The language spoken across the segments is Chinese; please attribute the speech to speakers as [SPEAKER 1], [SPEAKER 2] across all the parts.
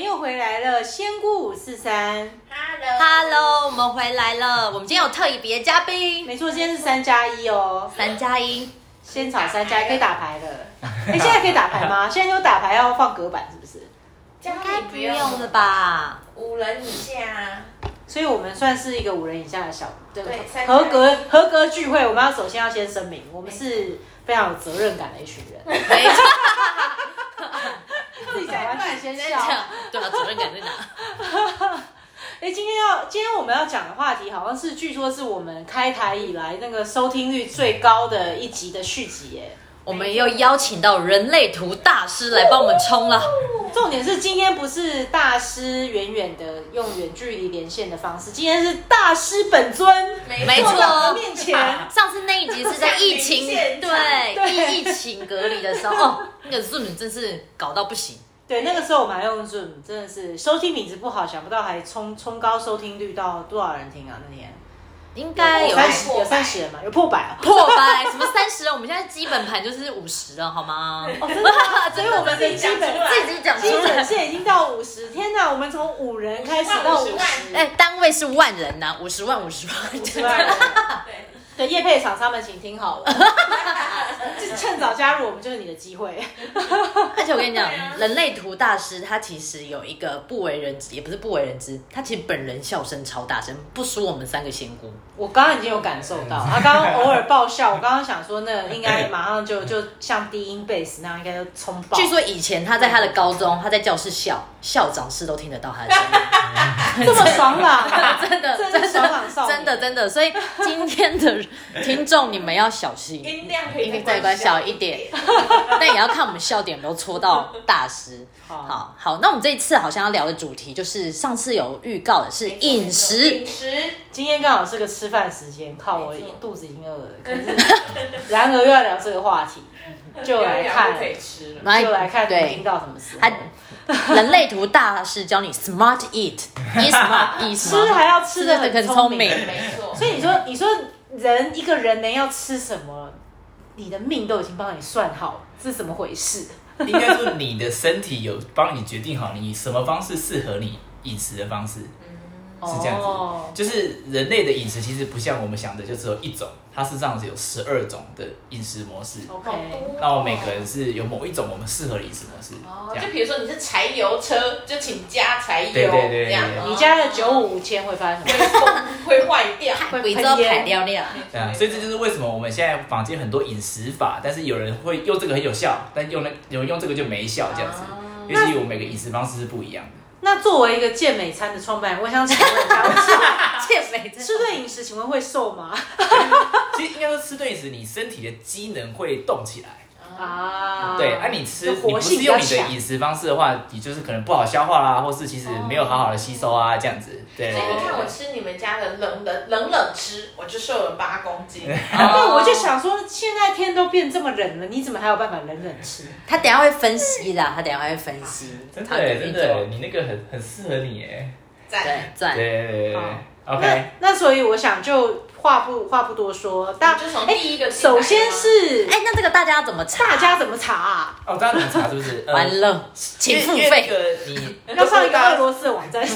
[SPEAKER 1] 又回来了，仙姑五四三。
[SPEAKER 2] Hello，,
[SPEAKER 3] Hello，我们回来了。我们今天有特别嘉宾，
[SPEAKER 1] 没错，今天是三加一哦，
[SPEAKER 3] 三加一。
[SPEAKER 1] 仙草三加一可以打牌了。哎、现在可以打牌吗？现在有打牌要放隔板是不是？
[SPEAKER 2] 这样
[SPEAKER 3] 应该不
[SPEAKER 2] 不
[SPEAKER 3] 用
[SPEAKER 2] 用
[SPEAKER 3] 了
[SPEAKER 2] 了，
[SPEAKER 3] 吧？
[SPEAKER 2] 五人以下啊，
[SPEAKER 1] 所以我们算是一个五人以下的小对
[SPEAKER 2] 对三加一
[SPEAKER 1] 合格合格聚会，我们要首先要先声明，我们是非常有责任感的一群人。
[SPEAKER 3] 没错，
[SPEAKER 1] 自己讲完自己先
[SPEAKER 3] 这
[SPEAKER 1] 笑
[SPEAKER 3] 样。 对啊，责任感在哪？
[SPEAKER 1] 哎、今天要今天我们要讲的话题，好像是据说是我们开台以来那个收听率最高的一集的续集耶。
[SPEAKER 3] 我们又邀请到人类图大师来帮我们冲了。
[SPEAKER 1] 重点是今天不是大师远远的用远距离连线的方式，今天是大师本尊
[SPEAKER 3] 没
[SPEAKER 1] 坐
[SPEAKER 3] 错
[SPEAKER 1] 到我们面前。
[SPEAKER 3] 上次那一集是在 疫情
[SPEAKER 2] 现场
[SPEAKER 3] 对
[SPEAKER 1] 对
[SPEAKER 3] 疫疫情隔离的时候，哦，那个 Zoom 真是搞到不行。
[SPEAKER 1] 对，那个时候我们还用 Zoom，真的是收听品质不好，想不到还冲冲高收听率到多少人听啊？那天
[SPEAKER 3] 应该有
[SPEAKER 2] 破百
[SPEAKER 1] 三十有哦三十人嘛，有破百啊！
[SPEAKER 3] 破百，什么三十啊？我们现在基本盘就是五十了，好吗？
[SPEAKER 1] 哦，真的 吗，所以我们
[SPEAKER 2] 自
[SPEAKER 1] 的
[SPEAKER 2] 己
[SPEAKER 1] 基
[SPEAKER 2] 讲出
[SPEAKER 1] 本
[SPEAKER 2] 来
[SPEAKER 3] 自己讲出
[SPEAKER 1] 基
[SPEAKER 3] 来
[SPEAKER 1] 本。线已经到五十，天哪！我们从五人开始到五
[SPEAKER 2] 50
[SPEAKER 1] 十，
[SPEAKER 3] 哎，单位是万人呐、五十万，五十万，
[SPEAKER 1] 五十万人。
[SPEAKER 2] 对，
[SPEAKER 1] 对，业配厂商们请听好了， 就趁早加入我们就是你的机会。
[SPEAKER 3] 而且我跟你讲
[SPEAKER 2] 对啊，
[SPEAKER 3] 人类图大师他其实有一个不为人知，也不是不为人知，他其实本人笑声超大声，不输我们三个仙姑。
[SPEAKER 1] 我刚刚已经有感受
[SPEAKER 4] 嗯
[SPEAKER 1] 到，他刚刚偶尔爆笑，我刚刚想说那应该 马上就就像低音贝斯那样，应该就冲爆。
[SPEAKER 3] 据说以前他在他的高中，他在教室笑，校长室都听得到他的声音，
[SPEAKER 1] 这么爽朗，啊
[SPEAKER 3] 真 的，
[SPEAKER 1] 真的是爽朗少女
[SPEAKER 3] 真的，真的。所以今天的听众你们要小心，
[SPEAKER 2] 音量可以
[SPEAKER 3] 音量再小一点但也要看我们笑点有没有戳到大师。
[SPEAKER 1] 好
[SPEAKER 3] 好好，那我们这一次好像要聊的主题就是上次有预告的是饮食
[SPEAKER 2] 饮，食，
[SPEAKER 1] 今天刚好是个吃饭时间，靠我
[SPEAKER 2] 没错
[SPEAKER 1] 肚子已经饿了，可是然而又要聊这个话题，就来看，
[SPEAKER 2] 可以吃了。
[SPEAKER 3] 来
[SPEAKER 1] 就来看
[SPEAKER 3] 对
[SPEAKER 1] 能听到什么时候
[SPEAKER 3] 还。人类图大师教你 smart eat，eat smart eat
[SPEAKER 1] 吃还要吃的很聪明，
[SPEAKER 3] 吃得很聪
[SPEAKER 2] 没错，
[SPEAKER 1] 所以你说，你说人一个人能要吃什么，你的命都已经帮你算好了，这是怎么回事？
[SPEAKER 4] 应该说你的身体有帮你决定好你什么方式适合你饮食的方式，是这样子。
[SPEAKER 1] 哦
[SPEAKER 4] 就是人类的饮食其实不像我们想的就只有一种，它事实上是有十二种的饮食模式。
[SPEAKER 2] 好
[SPEAKER 1] OK，
[SPEAKER 2] 多哦
[SPEAKER 4] 那我每个人是有某一种我们适合的饮食模式，
[SPEAKER 2] 哦，
[SPEAKER 4] 这
[SPEAKER 2] 就
[SPEAKER 4] 样。
[SPEAKER 2] 比如说你是柴油车，就请加柴油，
[SPEAKER 4] 对对对
[SPEAKER 2] 这样
[SPEAKER 4] 对对对
[SPEAKER 1] 你家的九五五千会发生什
[SPEAKER 2] 会
[SPEAKER 1] 么？
[SPEAKER 2] 疯会坏掉，
[SPEAKER 3] 鬼知道排料料。
[SPEAKER 4] 对啊，所以这就是为什么我们现在坊间很多饮食法，但是有人会用这个很有效，但用那有人用这个就没效这样子。
[SPEAKER 1] 啊
[SPEAKER 4] 因为其实我们每个饮食方式是不一样的。
[SPEAKER 1] 那作为一个健美餐的创办人，我想请问一下，
[SPEAKER 3] 健美真
[SPEAKER 1] 吃对饮食，请问会瘦 吗？
[SPEAKER 4] 其实应该说吃对饮食，你身体的机能会动起来。
[SPEAKER 1] 啊，
[SPEAKER 4] 对，啊，你吃
[SPEAKER 1] 就
[SPEAKER 4] 你不
[SPEAKER 1] 活性
[SPEAKER 4] 是
[SPEAKER 1] 比较
[SPEAKER 4] 用你的
[SPEAKER 1] 强。
[SPEAKER 4] 饮食方式的话，你就是可能不好消化啦，或是其实没有好好的吸收啊，这样子。 对
[SPEAKER 2] 所以你看我
[SPEAKER 4] 对
[SPEAKER 2] 吃你们家的冷冷冷冷吃，我就瘦了八公斤。
[SPEAKER 1] 对，啊我就想说，现在天都变这么冷了，你怎么还有办法冷冷吃？
[SPEAKER 3] 他等一下会分析的，他等一下会分析。
[SPEAKER 4] 对，真
[SPEAKER 3] 他的
[SPEAKER 4] 的
[SPEAKER 3] 一
[SPEAKER 4] 真
[SPEAKER 3] 种
[SPEAKER 4] 的，你那个很很适合你哎。
[SPEAKER 2] 赞，
[SPEAKER 3] 对赞
[SPEAKER 4] 对。对对对
[SPEAKER 1] 好那
[SPEAKER 4] ，OK。
[SPEAKER 1] 那所以我想就话不话不多说，大
[SPEAKER 2] 我们就从第一个
[SPEAKER 1] 哎
[SPEAKER 2] 进来
[SPEAKER 1] 首先是
[SPEAKER 3] 哎，那这个大家要怎么查？
[SPEAKER 1] 大家怎么查啊？
[SPEAKER 4] 哦，我知道怎么查是不是？呃
[SPEAKER 3] 完，了，
[SPEAKER 4] 因
[SPEAKER 3] 请
[SPEAKER 4] 为
[SPEAKER 3] 付
[SPEAKER 4] 因为那
[SPEAKER 3] 费。
[SPEAKER 4] 个你
[SPEAKER 3] 哎
[SPEAKER 1] 要上一个俄罗斯的网 站。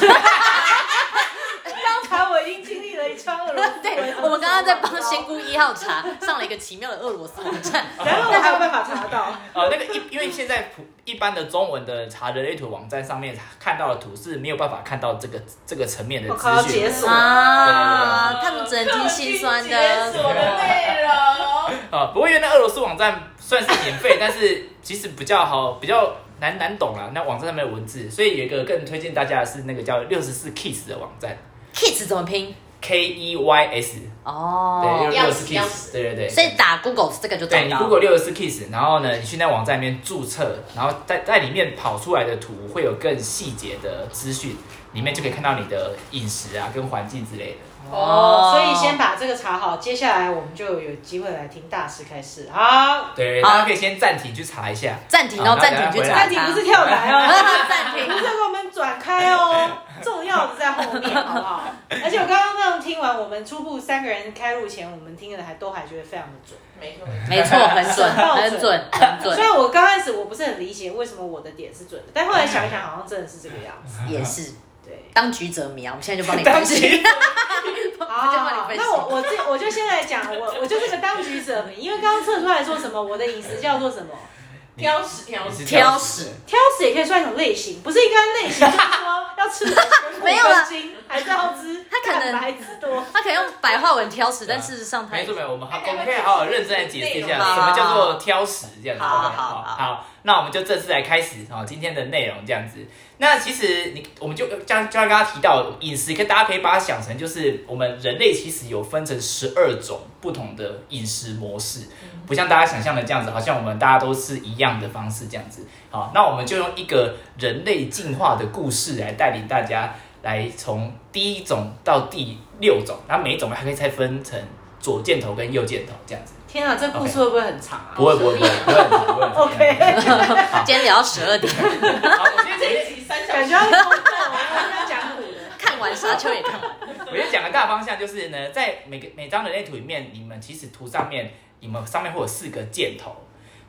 [SPEAKER 1] 刚才我已经经历了一串俄罗斯，
[SPEAKER 3] 对，我们刚刚在帮仙，姑一号查，上了一个奇妙的俄罗斯 网站。
[SPEAKER 1] 然后我还有办法查到。
[SPEAKER 4] 哦，那个一，因为现在普一般的中文的查人类图网站上面看到的图是没有办法看到这个这个层面的
[SPEAKER 1] 我靠，要
[SPEAKER 4] 资
[SPEAKER 1] 解
[SPEAKER 4] 讯。
[SPEAKER 1] 锁！
[SPEAKER 3] 啊，他们只能听心酸
[SPEAKER 2] 解锁的
[SPEAKER 3] 的。
[SPEAKER 2] 内容。
[SPEAKER 4] 啊，不过因为那俄罗斯网站算是免 费，但是其实比较好，比较难难懂啦。那网站上面的文字，所以有一个更推荐大家的是那个叫六十四 Kiss 的网站
[SPEAKER 3] Kids 怎么拼？
[SPEAKER 4] ，K E Y S，对，
[SPEAKER 3] 哦，
[SPEAKER 4] 六
[SPEAKER 2] 要
[SPEAKER 4] 十
[SPEAKER 2] 死
[SPEAKER 4] 四
[SPEAKER 2] 要死
[SPEAKER 4] Kiss，对对
[SPEAKER 3] 所
[SPEAKER 4] 对。
[SPEAKER 3] 以打 Google 这个就找
[SPEAKER 4] 对你
[SPEAKER 3] 到。
[SPEAKER 4] Google 六十四 Kiss，然后呢，你去那网站里面注册，然后在在里面跑出来的图会有更细节的资讯，里面就可以看到你的饮食啊、跟环境之类的。
[SPEAKER 1] 哦，所以先把这个查好，接下来我们就有机会来听大师开始。好，
[SPEAKER 4] 对，
[SPEAKER 3] 好
[SPEAKER 4] 大家可以先暂停去查一下。
[SPEAKER 3] 暂停哦，
[SPEAKER 4] 好
[SPEAKER 3] 暂停去
[SPEAKER 4] 那
[SPEAKER 3] 查它。
[SPEAKER 4] 大
[SPEAKER 1] 暂停不是跳台哦，
[SPEAKER 3] 暂
[SPEAKER 1] 你
[SPEAKER 3] 停。
[SPEAKER 1] 不是要给我们转开哦，重要帽子在后面，好不好？ 而且我刚刚那样听完，我们初步三个人开录前，我们听的还都还觉得非常的准。
[SPEAKER 2] 没错，没错
[SPEAKER 3] 没 错，很准，
[SPEAKER 1] 很爆准
[SPEAKER 3] 很准，很
[SPEAKER 1] 虽
[SPEAKER 3] 准，
[SPEAKER 1] 然我刚开始我不是很理解为什么我的点是准的，但后来想一想，好像真的是这个样子。
[SPEAKER 3] 也是。
[SPEAKER 1] 对，
[SPEAKER 3] 当局者迷啊！我们现在就帮你
[SPEAKER 4] 当
[SPEAKER 3] 分
[SPEAKER 4] 局
[SPEAKER 3] 析，
[SPEAKER 1] 好，
[SPEAKER 3] 分析
[SPEAKER 1] 那我我这我就先来讲，我我就是个当局者迷，因为刚刚测出来说什么，我的饮食叫做什么，
[SPEAKER 2] 挑食挑
[SPEAKER 4] 你
[SPEAKER 2] 食
[SPEAKER 4] 是
[SPEAKER 3] 挑
[SPEAKER 4] 食
[SPEAKER 3] 食，
[SPEAKER 1] 挑食也可以算一种类型，不是一般类型，就是说要吃的全部
[SPEAKER 3] 没有啦
[SPEAKER 1] 根茎，还是要吃
[SPEAKER 3] 他可能
[SPEAKER 1] 蛋白质多。
[SPEAKER 3] 他可以用白话文挑食，但事实上他
[SPEAKER 4] 啊没错没错，我们好，
[SPEAKER 2] 哎
[SPEAKER 4] 我们可以好好认真来解释一下
[SPEAKER 3] 内容
[SPEAKER 4] 什么叫做挑食这样子。
[SPEAKER 3] 好
[SPEAKER 4] OK，
[SPEAKER 3] 好
[SPEAKER 4] 好
[SPEAKER 3] 好
[SPEAKER 4] 好，那我们就正式来开始哦，今天的内容这样子。那其实你，我们就就像就像刚刚提到饮食，可大家可以把它想成就是我们人类其实有分成十二种不同的饮食模式，
[SPEAKER 3] 嗯
[SPEAKER 4] 不像大家想象的这样子，好像我们大家都是一样的方式这样子。好，那我们就用一个人类进化的故事来带领大家来从第一种到第六种，然后每一种还可以再分成左箭头跟右箭头这样子。
[SPEAKER 1] 天啊，这故事会不会很长啊？
[SPEAKER 4] 不会不会不会不会不会不会。
[SPEAKER 1] OK，
[SPEAKER 3] 今天聊到十二点，
[SPEAKER 4] 好，我先
[SPEAKER 2] 这一集三小
[SPEAKER 1] 感
[SPEAKER 2] 时
[SPEAKER 1] 觉要公正，我们要讲古的。
[SPEAKER 3] 看完沙丘也看完，
[SPEAKER 4] 我先讲个大方向，就是呢，在每个每张人类图里面，你们其实图上面，你们上面会有四个箭头，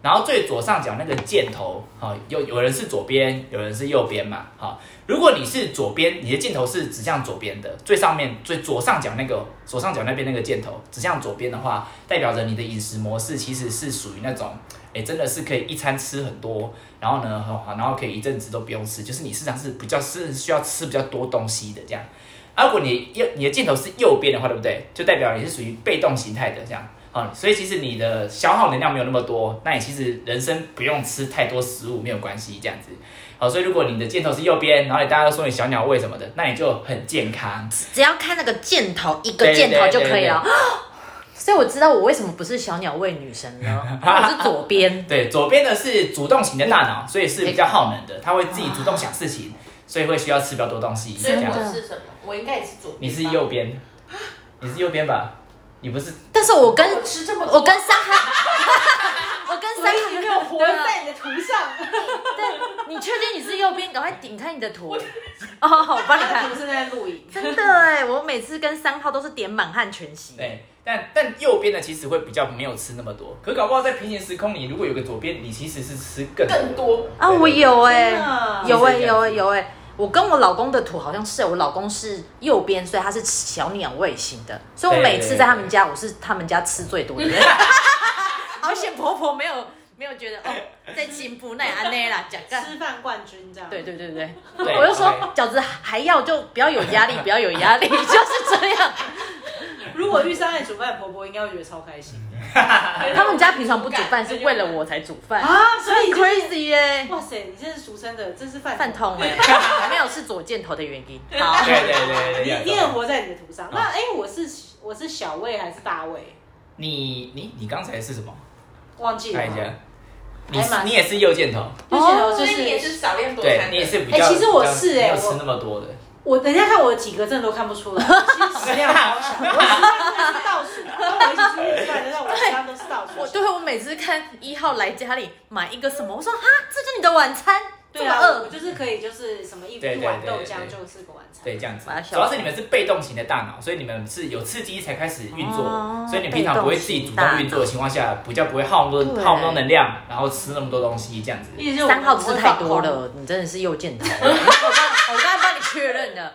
[SPEAKER 4] 然后最左上角那个箭头，好、有有人是左边，有人是右边嘛，好、如果你是左边，你的箭头是指向左边的，最上面最左上角那个左上角那边那个箭头指向左边的话，代表着你的饮食模式其实是属于那种，哎，真的是可以一餐吃很多，然后呢，好、然后可以一阵子都不用吃，就是你市场是比较是需要吃比较多东西的这样。啊，如果你右你的箭头是右边的话，对不对？就代表你是属于被动形态的这样。啊、所以其实你的消耗能量没有那么多，那你其实人生不用吃太多食物没有关系，这样子。好，所以如果你的箭头是右边，然后你大家都说你小鸟胃什么的，那你就很健康。
[SPEAKER 3] 只要看那个箭头，一个箭头就可以了。 所以我知道我为什么不是小鸟胃女神 了，我是左边。
[SPEAKER 4] 对，左边的是主动型的大脑，所以是比较耗能的，它会自己主动想事情，所以会需要吃比较多东西。
[SPEAKER 2] 所以
[SPEAKER 4] 这样
[SPEAKER 2] 我，是什么？我应该也是左边吧。
[SPEAKER 4] 你是右边，你是右边吧？你不是
[SPEAKER 3] 但是我 跟
[SPEAKER 2] 我吃这么多，
[SPEAKER 3] 我跟沙 哈，我跟沙哈没有
[SPEAKER 1] 活在你的图上，
[SPEAKER 3] 对，你确定你是右边？赶快顶开你的图。哦，我帮你
[SPEAKER 1] 他
[SPEAKER 3] 看
[SPEAKER 1] 不。是在录影。
[SPEAKER 3] 真的哎，我每次跟三号都是点满汉全席。
[SPEAKER 4] 对，但但右边的其实会比较没有吃那么多，可搞不好在平行时空，你如果有个左边，你其实是吃更
[SPEAKER 2] 更多
[SPEAKER 3] 啊，我有哎、
[SPEAKER 1] 真的
[SPEAKER 3] 有哎、
[SPEAKER 4] 是这样
[SPEAKER 3] 有哎、
[SPEAKER 4] 子
[SPEAKER 3] 有哎、我跟我老公的图好像是，我老公是右边，所以他是小鸟胃型的，所以我
[SPEAKER 4] 对
[SPEAKER 3] 每次在他们家，我是他们家吃最多的人。 好险婆婆没有没有觉得哦，在进步那也安内啦，讲 干。
[SPEAKER 1] 吃饭冠军这样。
[SPEAKER 3] 对对对对，
[SPEAKER 4] 对
[SPEAKER 3] 我就说
[SPEAKER 4] OK
[SPEAKER 3] 饺子还要就不要有压力，不要有压力， 就是这样。
[SPEAKER 1] 如果遇上爱煮饭的婆婆，应该会觉得超开 心的
[SPEAKER 3] 他们家平常不煮饭，是为了我才煮饭。
[SPEAKER 1] 啊！所以就是
[SPEAKER 3] ，crazy 耶、
[SPEAKER 1] 哇塞，你这是俗称的，这是饭
[SPEAKER 3] 饭。桶哎、欸，没有是左箭头的原 因。好，
[SPEAKER 4] 对对对对
[SPEAKER 1] 你
[SPEAKER 4] 对
[SPEAKER 1] 你
[SPEAKER 4] 对
[SPEAKER 1] 也。活在你的图上。那哎，我是我是小胃还是大胃？
[SPEAKER 4] 你你你刚才是什么？
[SPEAKER 1] 忘记了
[SPEAKER 4] 看一下
[SPEAKER 1] 吗。，
[SPEAKER 4] 你
[SPEAKER 1] 还
[SPEAKER 4] 是
[SPEAKER 1] 蛮
[SPEAKER 4] 你也是右箭头，
[SPEAKER 1] 就觉得
[SPEAKER 2] 所
[SPEAKER 1] 就
[SPEAKER 2] 以你也
[SPEAKER 1] 是
[SPEAKER 2] 是少量多
[SPEAKER 4] 对
[SPEAKER 2] 餐。
[SPEAKER 4] 你也是比较。
[SPEAKER 1] 哎其实我
[SPEAKER 4] 比较
[SPEAKER 1] 是哎
[SPEAKER 4] 没有
[SPEAKER 1] 我
[SPEAKER 4] 吃那么多的。
[SPEAKER 1] 我，人家看我几个真的都看不出来， 其实食量好小，我食量是倒数，跟我一起出去吃饭，但我食量都是倒
[SPEAKER 3] 我
[SPEAKER 1] 数。
[SPEAKER 3] 对我每次看一号来家里买一个什么，我说哈，这就是你的晚餐，这
[SPEAKER 1] 对
[SPEAKER 3] 么
[SPEAKER 1] 啊，我
[SPEAKER 3] 饿。
[SPEAKER 1] 就是可以，就是什么一
[SPEAKER 4] 对对
[SPEAKER 1] 一碗
[SPEAKER 4] 对
[SPEAKER 1] 豆
[SPEAKER 4] 对
[SPEAKER 1] 浆
[SPEAKER 4] 对
[SPEAKER 1] 就是个晚餐。
[SPEAKER 4] 对，这样子
[SPEAKER 3] 把它，
[SPEAKER 4] 主
[SPEAKER 3] 消化
[SPEAKER 4] 要是你们是被动型的大脑，所以你们是有刺激才开始运作，
[SPEAKER 3] 哦
[SPEAKER 4] 所以你平常不会自己主动运作的情况下，比较不会耗那么多
[SPEAKER 3] 对
[SPEAKER 4] 耗那么多能量，然后吃那么多东西这样子。
[SPEAKER 1] 意思是我
[SPEAKER 3] 三号
[SPEAKER 1] 我
[SPEAKER 3] 吃太多
[SPEAKER 1] 会放空，哦
[SPEAKER 3] 了，你真的是右箭头。我刚我刚才帮你确认了，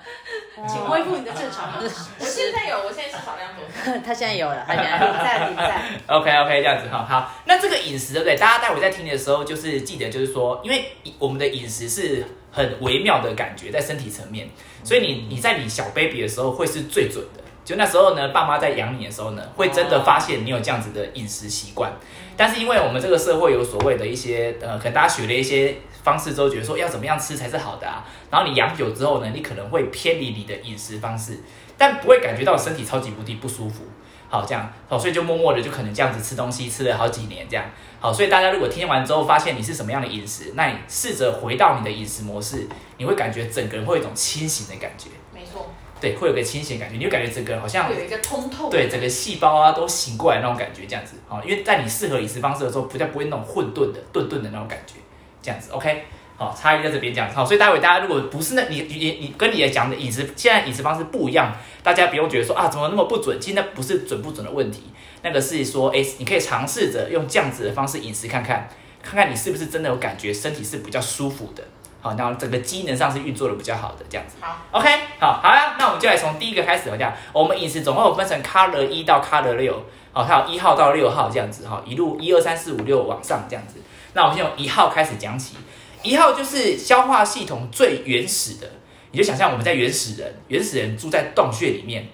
[SPEAKER 1] 请恢复你的正常 饮食。
[SPEAKER 2] 我现在有，我现在是少量多餐。
[SPEAKER 3] 他现在有了，他现在有
[SPEAKER 1] 点
[SPEAKER 3] 了
[SPEAKER 1] 赞点赞。
[SPEAKER 4] OK OK，这样子哈好。那这个饮食对不对？大家待会在听的时候，就是记得就是说，因为我们的饮食是很微妙的感觉在身体层面，所以你你在你小 baby 的时候会是最准的。就那时候呢，爸妈在养你的时候呢，会真的发现你有这样子的饮食习惯。但是因为我们这个社会有所谓的一些呃，可能大家学了一些方式之后，觉得说要怎么样吃才是好的啊。然后你养久之后呢，你可能会偏离你的饮食方式，但不会感觉到身体超级无敌不舒服。好，这样好，所以就默默的就可能这样子吃东西，吃了好几年这样。好，所以大家如果听完之后发现你是什么样的饮食，那你试着回到你的饮食模式，你会感觉整个人会有一种清醒的感觉，
[SPEAKER 2] 没错，
[SPEAKER 4] 对，会有个清醒的感觉，你会感觉整个人好像
[SPEAKER 2] 会有一个通透。
[SPEAKER 4] 对，整个细胞啊都醒过来那种感觉，这样子啊、哦因为在你适合饮食方式的时候，比较不会那种混沌的、顿顿的那种感觉，这样子，OK。哦，差异在这边这样。好，所以待会大家如果不是那，你你你你跟你的讲的饮食，现在饮食方式不一样，大家不用觉得说啊怎么那么不准，其实那不是准不准的问题，那个是说，哎、你可以尝试着用这样子的方式饮食看看，看看你是不是真的有感觉身体是比较舒服的，好，然后整个机能上是运作的比较好的这样子。
[SPEAKER 2] 好，
[SPEAKER 4] OK，好，好了，那我们就来从第一个开始，我讲，我们饮食总共有分成 color 一到 color 六，好，它有一号到六号这样子，哈，一路一二三四五六往上这样子。那我们先从一号开始讲起，一号就是消化系统最原始的，你就想象我们在原始人，原始人住在洞穴里面，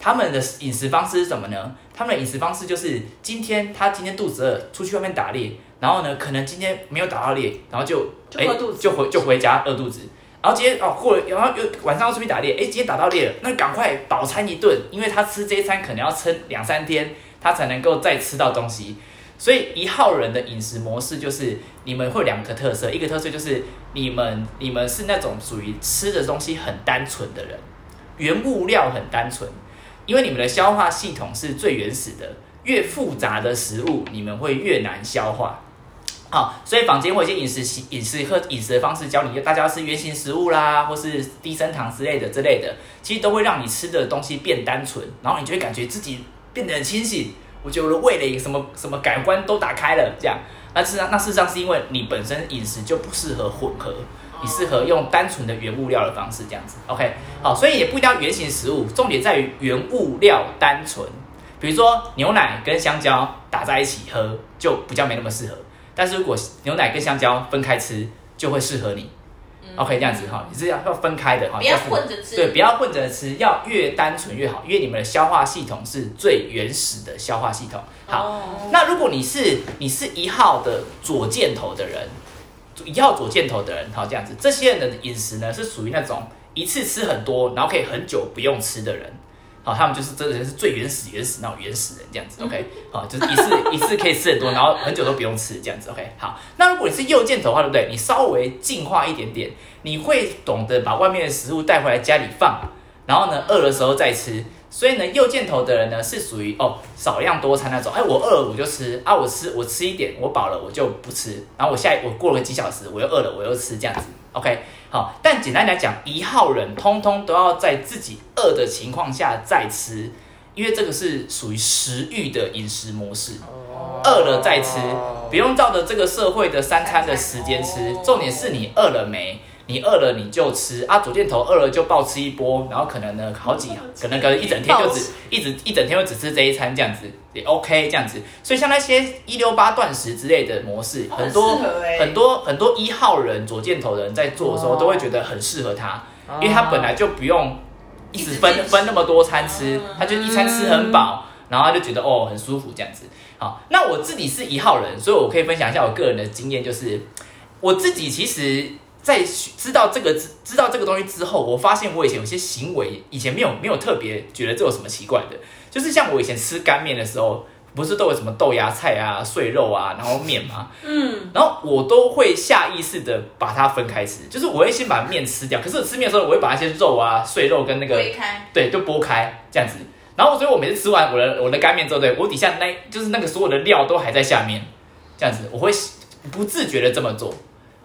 [SPEAKER 4] 他们的饮食方式是什么呢？他们的饮食方式就是今天他今天肚子饿，出去外面打猎，然后呢，可能今天没有打到猎，然后就
[SPEAKER 1] 就
[SPEAKER 4] 哎
[SPEAKER 1] 饿肚子
[SPEAKER 4] 就回就回家饿肚子。然后今天哦过了，然后又晚上要出去打猎，哎，今天打到猎了，那赶快饱餐一顿，因为他吃这一餐可能要撑两三天，他才能够再吃到东西。所以一号人的饮食模式就是你们会有两个特色，一个特色就是你们你们是那种属于吃的东西很单纯的人，原物料很单纯，因为你们的消化系统是最原始的，越复杂的食物你们会越难消化。好，啊所以坊间会有一些饮食习、饮食和饮食的方式，教你大家要吃原形食物啦，或是低升糖之类的之类的，其实都会让你吃的东西变单纯，然后你就会感觉自己变得很清醒。我觉得我的味蕾什么什么感官都打开了，这样。那事实上，那事实上是因为你本身饮食就不适合混合，你适合用单纯的原物料的方式这样子。OK，好，所以也不一定要原形食物，重点在于原物料单纯。比如说牛奶跟香蕉打在一起喝，就比较没那么适合。但是如果牛奶跟香蕉分开吃，就会适合你。OK，这样子哈，你是要要分开的
[SPEAKER 2] 嗯
[SPEAKER 4] 哈，
[SPEAKER 2] 不要
[SPEAKER 4] 分
[SPEAKER 2] 混着吃
[SPEAKER 4] 对，不要混着吃，要越单纯越好，因为你们的消化系统是最原始的消化系统。好，
[SPEAKER 1] 哦，
[SPEAKER 4] 那如果你是你是一号的左箭头的人，一号左箭头的人，好这样子，这些人的饮食呢是属于那种一次吃很多，然后可以很久不用吃的人。好，他们就是真的是最原始、原始那种原始人这样子，OK，好，就是一次一次可以吃很多，然后很久都不用吃这样子，OK，好。那如果你是右箭头的话，对不对？你稍微进化一点点，你会懂得把外面的食物带回来家里放，然后呢，饿的时候再吃。所以呢，右箭头的人呢是属于哦少量多餐那种，哎，我饿了我就吃啊，我吃我吃一点，我饱了我就不吃，然后我下一我过了个几小时我又饿了我又吃这样子，OK，好。但简单来讲，一号人通通都要在自己饿的情况下再吃，因为这个是属于食欲的饮食模式。饿了再吃，不用照着这个社会的三餐的时间吃
[SPEAKER 2] 哦。
[SPEAKER 4] 重点是你饿了没？你饿了你就吃啊，左箭头饿了就暴吃一波，然后可能呢
[SPEAKER 2] 嗯
[SPEAKER 4] 好几，可能可能一整天就只一直一整天就只吃这一餐这样子也 OK 这样子。所以像那些一六八断食之类的模式，
[SPEAKER 2] 哦
[SPEAKER 4] 很多
[SPEAKER 2] 很适合欸
[SPEAKER 4] 很多很多一号人左箭头的人在做的时候
[SPEAKER 3] 哦
[SPEAKER 4] 都会觉得很适合他，哦因为他本来就不用一直分
[SPEAKER 2] 哦一直嗯进食
[SPEAKER 4] 分那么多餐吃，他就一餐吃很饱，然后他就觉得哦很舒服这样子。好，那我自己是一号人，所以我可以分享一下我个人的经验，就是我自己其实。在知道这个知知道这个东西之后，我发现我以前有些行为，以前没有没有特别觉得这有什么奇怪的，就是像我以前吃干面的时候，不是都有什么豆芽菜啊、碎肉啊，然后面嘛，
[SPEAKER 1] 嗯，
[SPEAKER 4] 然后我都会下意识的把它分开吃，就是我会先把面吃掉，可是我吃面的时候，我会把那些肉啊、碎肉跟那个
[SPEAKER 2] 推开，
[SPEAKER 4] 对，就剥开这样子。然后所以我每次吃完我的我的干面之后，对我底下那就是那个所有的料都还在下面，这样子我会不自觉的这么做，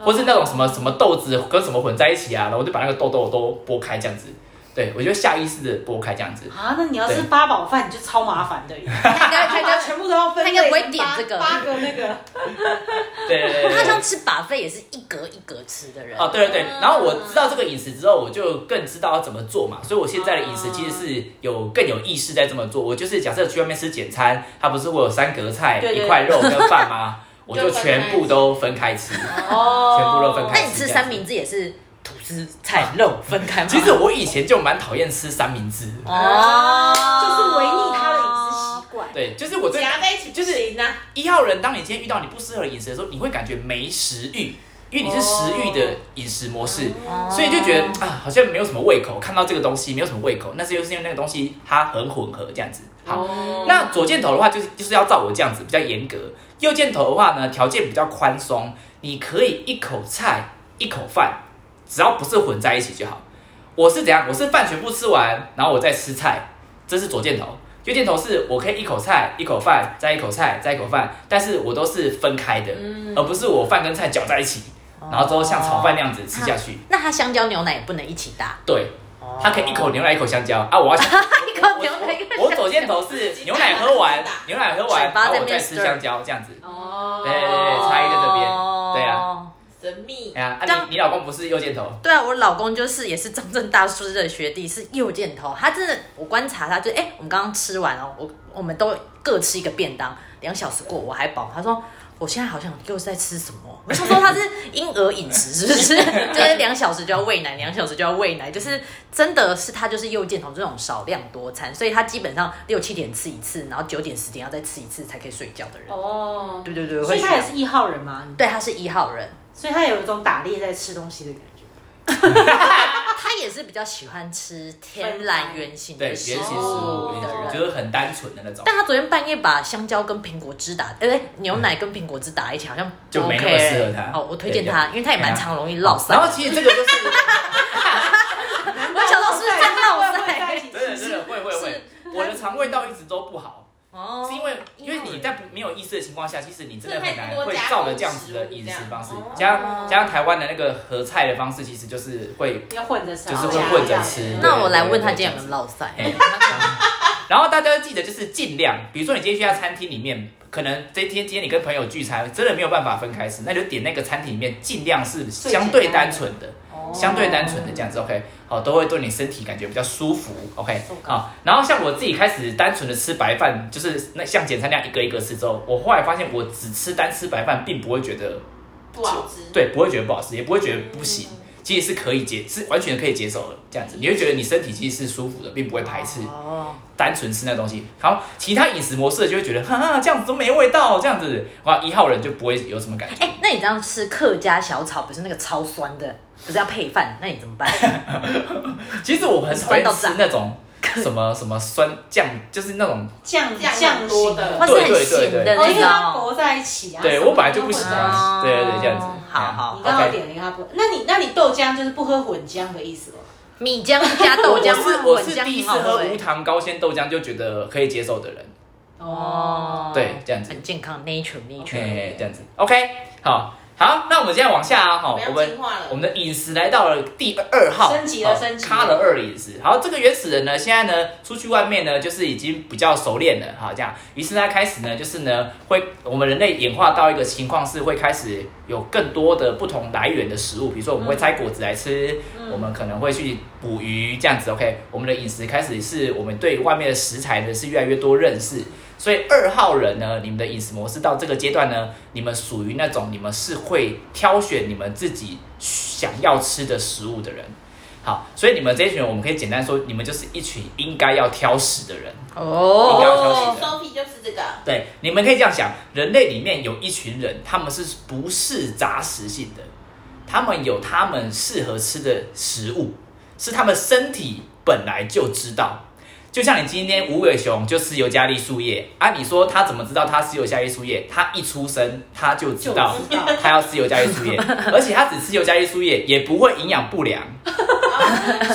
[SPEAKER 4] 或是那种什么什么豆子跟什么混在一起啊，然后我就把那个豆豆都剥开这样子。对，我就下意识的剥开这样子。
[SPEAKER 1] 啊，那你要是
[SPEAKER 4] 对
[SPEAKER 1] 八宝饭，你就超麻烦的耶，
[SPEAKER 3] 他应
[SPEAKER 1] 大
[SPEAKER 3] 该他应
[SPEAKER 1] 家
[SPEAKER 3] 该
[SPEAKER 1] 全部都要分类，
[SPEAKER 3] 他应该不会点
[SPEAKER 1] 八
[SPEAKER 3] 这个
[SPEAKER 1] 八个那个，
[SPEAKER 4] 对对对对对
[SPEAKER 3] 他像吃把费也是一格一格吃的人。
[SPEAKER 4] 哦，对对对，然后我知道这个饮食之后，我就更知道要怎么做嘛，所以我现在的饮食其实是有更有意识在这么做。我就是假设去外面吃简餐，它不是会有三格菜、
[SPEAKER 1] 对对对
[SPEAKER 4] 一块肉跟饭吗？我就全部都分开吃。
[SPEAKER 1] 哦
[SPEAKER 4] 全部都分开
[SPEAKER 3] 那你吃三明治也是吐司菜肉分开吗？
[SPEAKER 4] 其实我以前就蛮讨厌吃三明治的，
[SPEAKER 3] 哦，
[SPEAKER 1] 就是违逆他的饮食习惯。
[SPEAKER 4] 对，就是我对
[SPEAKER 2] 夹在一起
[SPEAKER 4] 就是
[SPEAKER 2] 行啊，
[SPEAKER 4] 一号人，当你今天遇到你不适合的饮食的时候，你会感觉没食欲，因为你是食欲的饮食模式。
[SPEAKER 3] 哦
[SPEAKER 4] 所以就觉得啊，好像没有什么胃口，看到这个东西没有什么胃口，那是又是因为那个东西它很混合这样子。好，
[SPEAKER 1] 哦
[SPEAKER 4] 那左箭头的话就是就是要照我这样子比较严格，右箭头的话呢条件比较宽松，你可以一口菜一口饭，只要不是混在一起就好。我是怎样？我是饭全部吃完，然后我再吃菜，这是左箭头。右箭头是我可以一口菜一口饭，再一口菜再一口饭，但是我都是分开的，而不是我饭跟菜搅在一起。然后之后像炒饭那样子吃下去。
[SPEAKER 3] 那它香蕉牛奶也不能一起搭，
[SPEAKER 4] 对，它可以一口牛奶一口香蕉啊！我要
[SPEAKER 3] 一
[SPEAKER 1] 哦
[SPEAKER 3] 口牛奶一口香蕉
[SPEAKER 4] 我左箭头是牛奶喝完，牛奶喝完，
[SPEAKER 3] 嘴巴在
[SPEAKER 4] 然后
[SPEAKER 3] 那
[SPEAKER 4] 我
[SPEAKER 3] 边
[SPEAKER 4] 再吃
[SPEAKER 3] stir
[SPEAKER 4] 香蕉这样子。
[SPEAKER 1] 哦，
[SPEAKER 4] 对对对差异在这边对
[SPEAKER 3] 啊
[SPEAKER 4] 啊。
[SPEAKER 2] 神秘
[SPEAKER 4] 哎。呀，啊
[SPEAKER 3] 刚
[SPEAKER 4] 你你老公不是右箭头？
[SPEAKER 3] 对啊，我老公就是也是中正大师的学弟，是右箭头。他真的，我观察他，就哎、我们刚刚吃完哦，我我们都各吃一个便当，两小时过我还饱。他说我现在好像又在吃什么？我想说他是婴儿饮食是不是？ 就是两小时就要喂奶，两小时就要喂奶，就是真的是他就是右箭头这种少量多餐，所以他基本上六七点吃一次，然后九点十点要再吃一次才可以睡觉的人。
[SPEAKER 1] 哦，
[SPEAKER 3] 对对对，
[SPEAKER 1] 所
[SPEAKER 3] 会
[SPEAKER 1] 以
[SPEAKER 3] 需
[SPEAKER 1] 他
[SPEAKER 3] 要
[SPEAKER 1] 也是一号人嘛，
[SPEAKER 3] 对，他是一号人。
[SPEAKER 1] 所以他有一种打猎在吃东西的感觉。
[SPEAKER 3] 他也是比较喜欢吃天然原形
[SPEAKER 4] 对，
[SPEAKER 3] 的
[SPEAKER 4] 原
[SPEAKER 3] 食
[SPEAKER 4] 型食
[SPEAKER 3] 物
[SPEAKER 4] 物
[SPEAKER 3] 哦的人，
[SPEAKER 4] 就是很单纯的那种，
[SPEAKER 3] 但他昨天半夜把香蕉跟苹果汁打，哎、不对牛奶跟苹果汁打一起，好像
[SPEAKER 4] 就没
[SPEAKER 3] OK
[SPEAKER 4] 那么适合他
[SPEAKER 3] 哦，我推荐
[SPEAKER 4] 对
[SPEAKER 3] 他，因为他也蛮常容易落
[SPEAKER 4] 然
[SPEAKER 3] 腮。
[SPEAKER 4] 后其实这个就是，
[SPEAKER 3] 我小时候是不是真落
[SPEAKER 1] 会不会在一
[SPEAKER 3] 腮？
[SPEAKER 1] 起
[SPEAKER 4] 真的
[SPEAKER 1] 吃
[SPEAKER 4] 真的会会会，我的肠胃道一直都不好。
[SPEAKER 3] 哦
[SPEAKER 4] 是因为
[SPEAKER 3] 因
[SPEAKER 4] 因为你在不没有意识的情况下，其实你真的很
[SPEAKER 2] 真的
[SPEAKER 4] 难
[SPEAKER 2] 太多
[SPEAKER 4] 会
[SPEAKER 2] 加工
[SPEAKER 4] 照着这样子的饮食方式
[SPEAKER 2] 食物这样，
[SPEAKER 4] 加上加上台湾的那个合菜的方式，其实就是会。
[SPEAKER 1] 要混着吃，
[SPEAKER 4] 就是
[SPEAKER 2] 会混着吃
[SPEAKER 1] 对
[SPEAKER 3] 那我来问他今天有没有落腮？
[SPEAKER 4] 嘿哎然后大家要记得就是尽量，比如说你今天去一家餐厅里面，可能这天今天你跟朋友聚餐，真的没有办法分开吃，那就点那个餐厅里面尽量是相对单纯的。
[SPEAKER 2] 哦
[SPEAKER 4] 相对单纯的这样子，OK，好，都会对你身体感觉比较舒服，OK，好。然后像我自己开始单纯的吃白饭，就是那像简餐那样一个一个吃之后，我后来发现我只吃单吃白饭，并不会觉得
[SPEAKER 2] 不好吃，
[SPEAKER 4] 对，不会觉得不好吃，也不会觉得不行，其实是可以接，是完全可以接受的这样子。你会觉得你身体其实是舒服的，并不会排斥，
[SPEAKER 3] 哦，
[SPEAKER 4] 单纯吃那东西。好，其他饮食模式就会觉得，哈哈，这样子都没味道，这样子，哇，一号人就不会有什么感觉。
[SPEAKER 3] 哎、那你这样吃客家小炒，不是那个超酸的，不是要配饭，那你怎么 办？
[SPEAKER 4] 其实我很讨
[SPEAKER 3] 酸
[SPEAKER 4] 厌
[SPEAKER 3] 到
[SPEAKER 4] 吃
[SPEAKER 3] 炸
[SPEAKER 4] 那种什么什么酸酱，就是那种
[SPEAKER 1] 酱
[SPEAKER 2] 酱
[SPEAKER 1] 酱
[SPEAKER 2] 很多
[SPEAKER 1] 型
[SPEAKER 2] 的
[SPEAKER 3] 它是很醒的
[SPEAKER 4] 对
[SPEAKER 1] 哦，因为
[SPEAKER 3] 那
[SPEAKER 1] 它
[SPEAKER 3] 种。
[SPEAKER 1] 裹在一起啊。
[SPEAKER 4] 对
[SPEAKER 1] 什么
[SPEAKER 4] 我本来就不喜
[SPEAKER 1] 都
[SPEAKER 4] 欢
[SPEAKER 1] 混着吃
[SPEAKER 4] 对对对这样子
[SPEAKER 3] 好好
[SPEAKER 1] 你，刚好
[SPEAKER 4] OK
[SPEAKER 1] 点了一个它不，那你那你豆浆就是不喝混浆的意思吗？
[SPEAKER 3] 米浆加豆浆，
[SPEAKER 4] 我是我
[SPEAKER 3] 混
[SPEAKER 4] 是
[SPEAKER 3] 浆
[SPEAKER 4] 第
[SPEAKER 3] 很
[SPEAKER 4] 一次
[SPEAKER 3] 好
[SPEAKER 4] 喝
[SPEAKER 3] 欸
[SPEAKER 4] 无糖高纤豆浆就觉得可以接受的人，
[SPEAKER 3] 哦，
[SPEAKER 4] 对这样子
[SPEAKER 3] 很健康，nature nature。
[SPEAKER 4] 哎，这样子，OK，好好，那我们现在往下啊，哈，我
[SPEAKER 2] 我们要
[SPEAKER 4] 们
[SPEAKER 2] 进化了
[SPEAKER 4] 我们的饮食来到了第二号，
[SPEAKER 1] 升级了
[SPEAKER 4] 哦
[SPEAKER 1] 升级了
[SPEAKER 4] 卡了二饮食。好，这个原始人呢，现在呢出去外面呢，就是已经比较熟练了，好这样，于是呢开始呢，就是呢会我们人类演化到一个情况是会开始有更多的不同来源的食物，比如说我们会摘果子来吃，
[SPEAKER 1] 嗯
[SPEAKER 4] 我们可能会去捕鱼这样子，OK，我们的饮食开始是我们对外面的食材呢是越来越多认识。所以二号人呢，你们的饮食模式到这个阶段呢，你们属于那种你们是会挑选你们自己想要吃的食物的人。好，所以你们这一群人，我们可以简单说，你们就是一群应该要挑食的人。
[SPEAKER 3] 哦
[SPEAKER 4] 比较挑剔
[SPEAKER 2] 哦
[SPEAKER 4] 的
[SPEAKER 2] ，Sophie 就吃这个，
[SPEAKER 4] 对，你们可以这样想，人类里面有一群人，他们是不是杂食性的？他们有他们适合吃的食物，是他们身体本来就知道。就像你今天无尾熊就吃尤加利树叶啊，你说他怎么知道他吃尤加利树叶？他一出生他就 知道
[SPEAKER 1] 就知道
[SPEAKER 4] 他要吃尤加利树叶，而且他只吃尤加利树叶也不会营养 不良，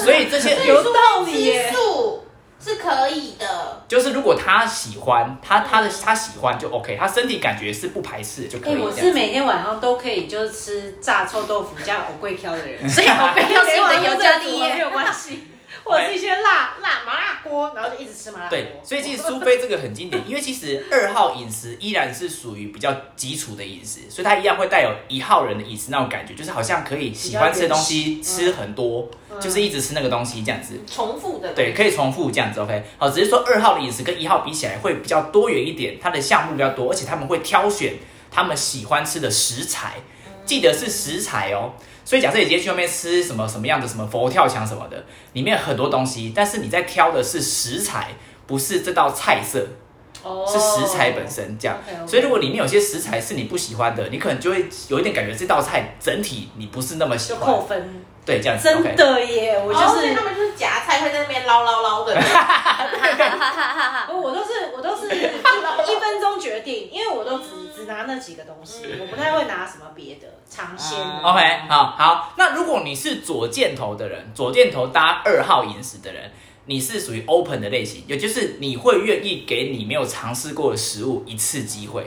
[SPEAKER 4] 所以这些
[SPEAKER 1] 有道理
[SPEAKER 2] 吃
[SPEAKER 1] 耶。
[SPEAKER 2] 素是可以的，
[SPEAKER 4] 就是如果他喜欢，他
[SPEAKER 1] 嗯
[SPEAKER 4] 他的他喜欢就 OK，他身体感觉是不排斥的就可
[SPEAKER 1] 哎、
[SPEAKER 4] 以。
[SPEAKER 1] 我
[SPEAKER 4] 这
[SPEAKER 1] 是
[SPEAKER 4] 样
[SPEAKER 1] 每天晚上都可以就是吃炸臭豆腐加藕桂挑的人，
[SPEAKER 3] 所以我被要
[SPEAKER 1] 每
[SPEAKER 3] 吃
[SPEAKER 1] 晚
[SPEAKER 3] 的
[SPEAKER 1] 都
[SPEAKER 3] 尤加
[SPEAKER 1] 这
[SPEAKER 3] 利
[SPEAKER 1] 样煮没
[SPEAKER 3] 耶，
[SPEAKER 1] 有关系，或者是一些辣辣麻辣锅，然后就一直吃麻辣锅。
[SPEAKER 4] 对，所以其实苏菲这个 很经典，因为其实二号饮食依然是属于比较基础的饮食，所以它一样会带有一号人的饮食那种感觉，就是好像可以喜欢吃的东西吃很多，
[SPEAKER 1] 嗯
[SPEAKER 4] 就是一直吃那个东西这样子。
[SPEAKER 2] 重复的，
[SPEAKER 4] 对，可以重复这样子，OK。好，只是说二号的饮食跟一号比起来会比较多元一点，它的项目比较多，而且他们会挑选他们喜欢吃的食材，记得是食材哦。所以假设你今天去外面吃什么什么样的什么佛跳墙什么的，里面很多东西，但是你在挑的是食材，不是这道菜色，
[SPEAKER 1] 哦
[SPEAKER 4] 是食材本。身这样。
[SPEAKER 1] OK，OK
[SPEAKER 4] 所以如果里面有些食材是你不喜欢的，你可能就会有一点感觉这道菜整体你不是那么喜
[SPEAKER 1] 哦就
[SPEAKER 4] 欢
[SPEAKER 1] 扣。分，
[SPEAKER 4] 对，这样子 OK
[SPEAKER 1] 真。的耶！我
[SPEAKER 2] 哦，
[SPEAKER 1] 就
[SPEAKER 2] 所以
[SPEAKER 1] 是
[SPEAKER 2] 他，们就是夹菜会在那边捞捞捞的，
[SPEAKER 1] 我我都是，我都 是一分钟决定，因为我都只只拿那几个东西，我不太会拿什么别的尝鲜的。
[SPEAKER 3] 哦
[SPEAKER 4] OK，好好。那如果你是左箭头的人，左箭头搭二号饮食的人，你是属于 open 的类型，也就是你会愿意给你没有尝试过的食物一次机会，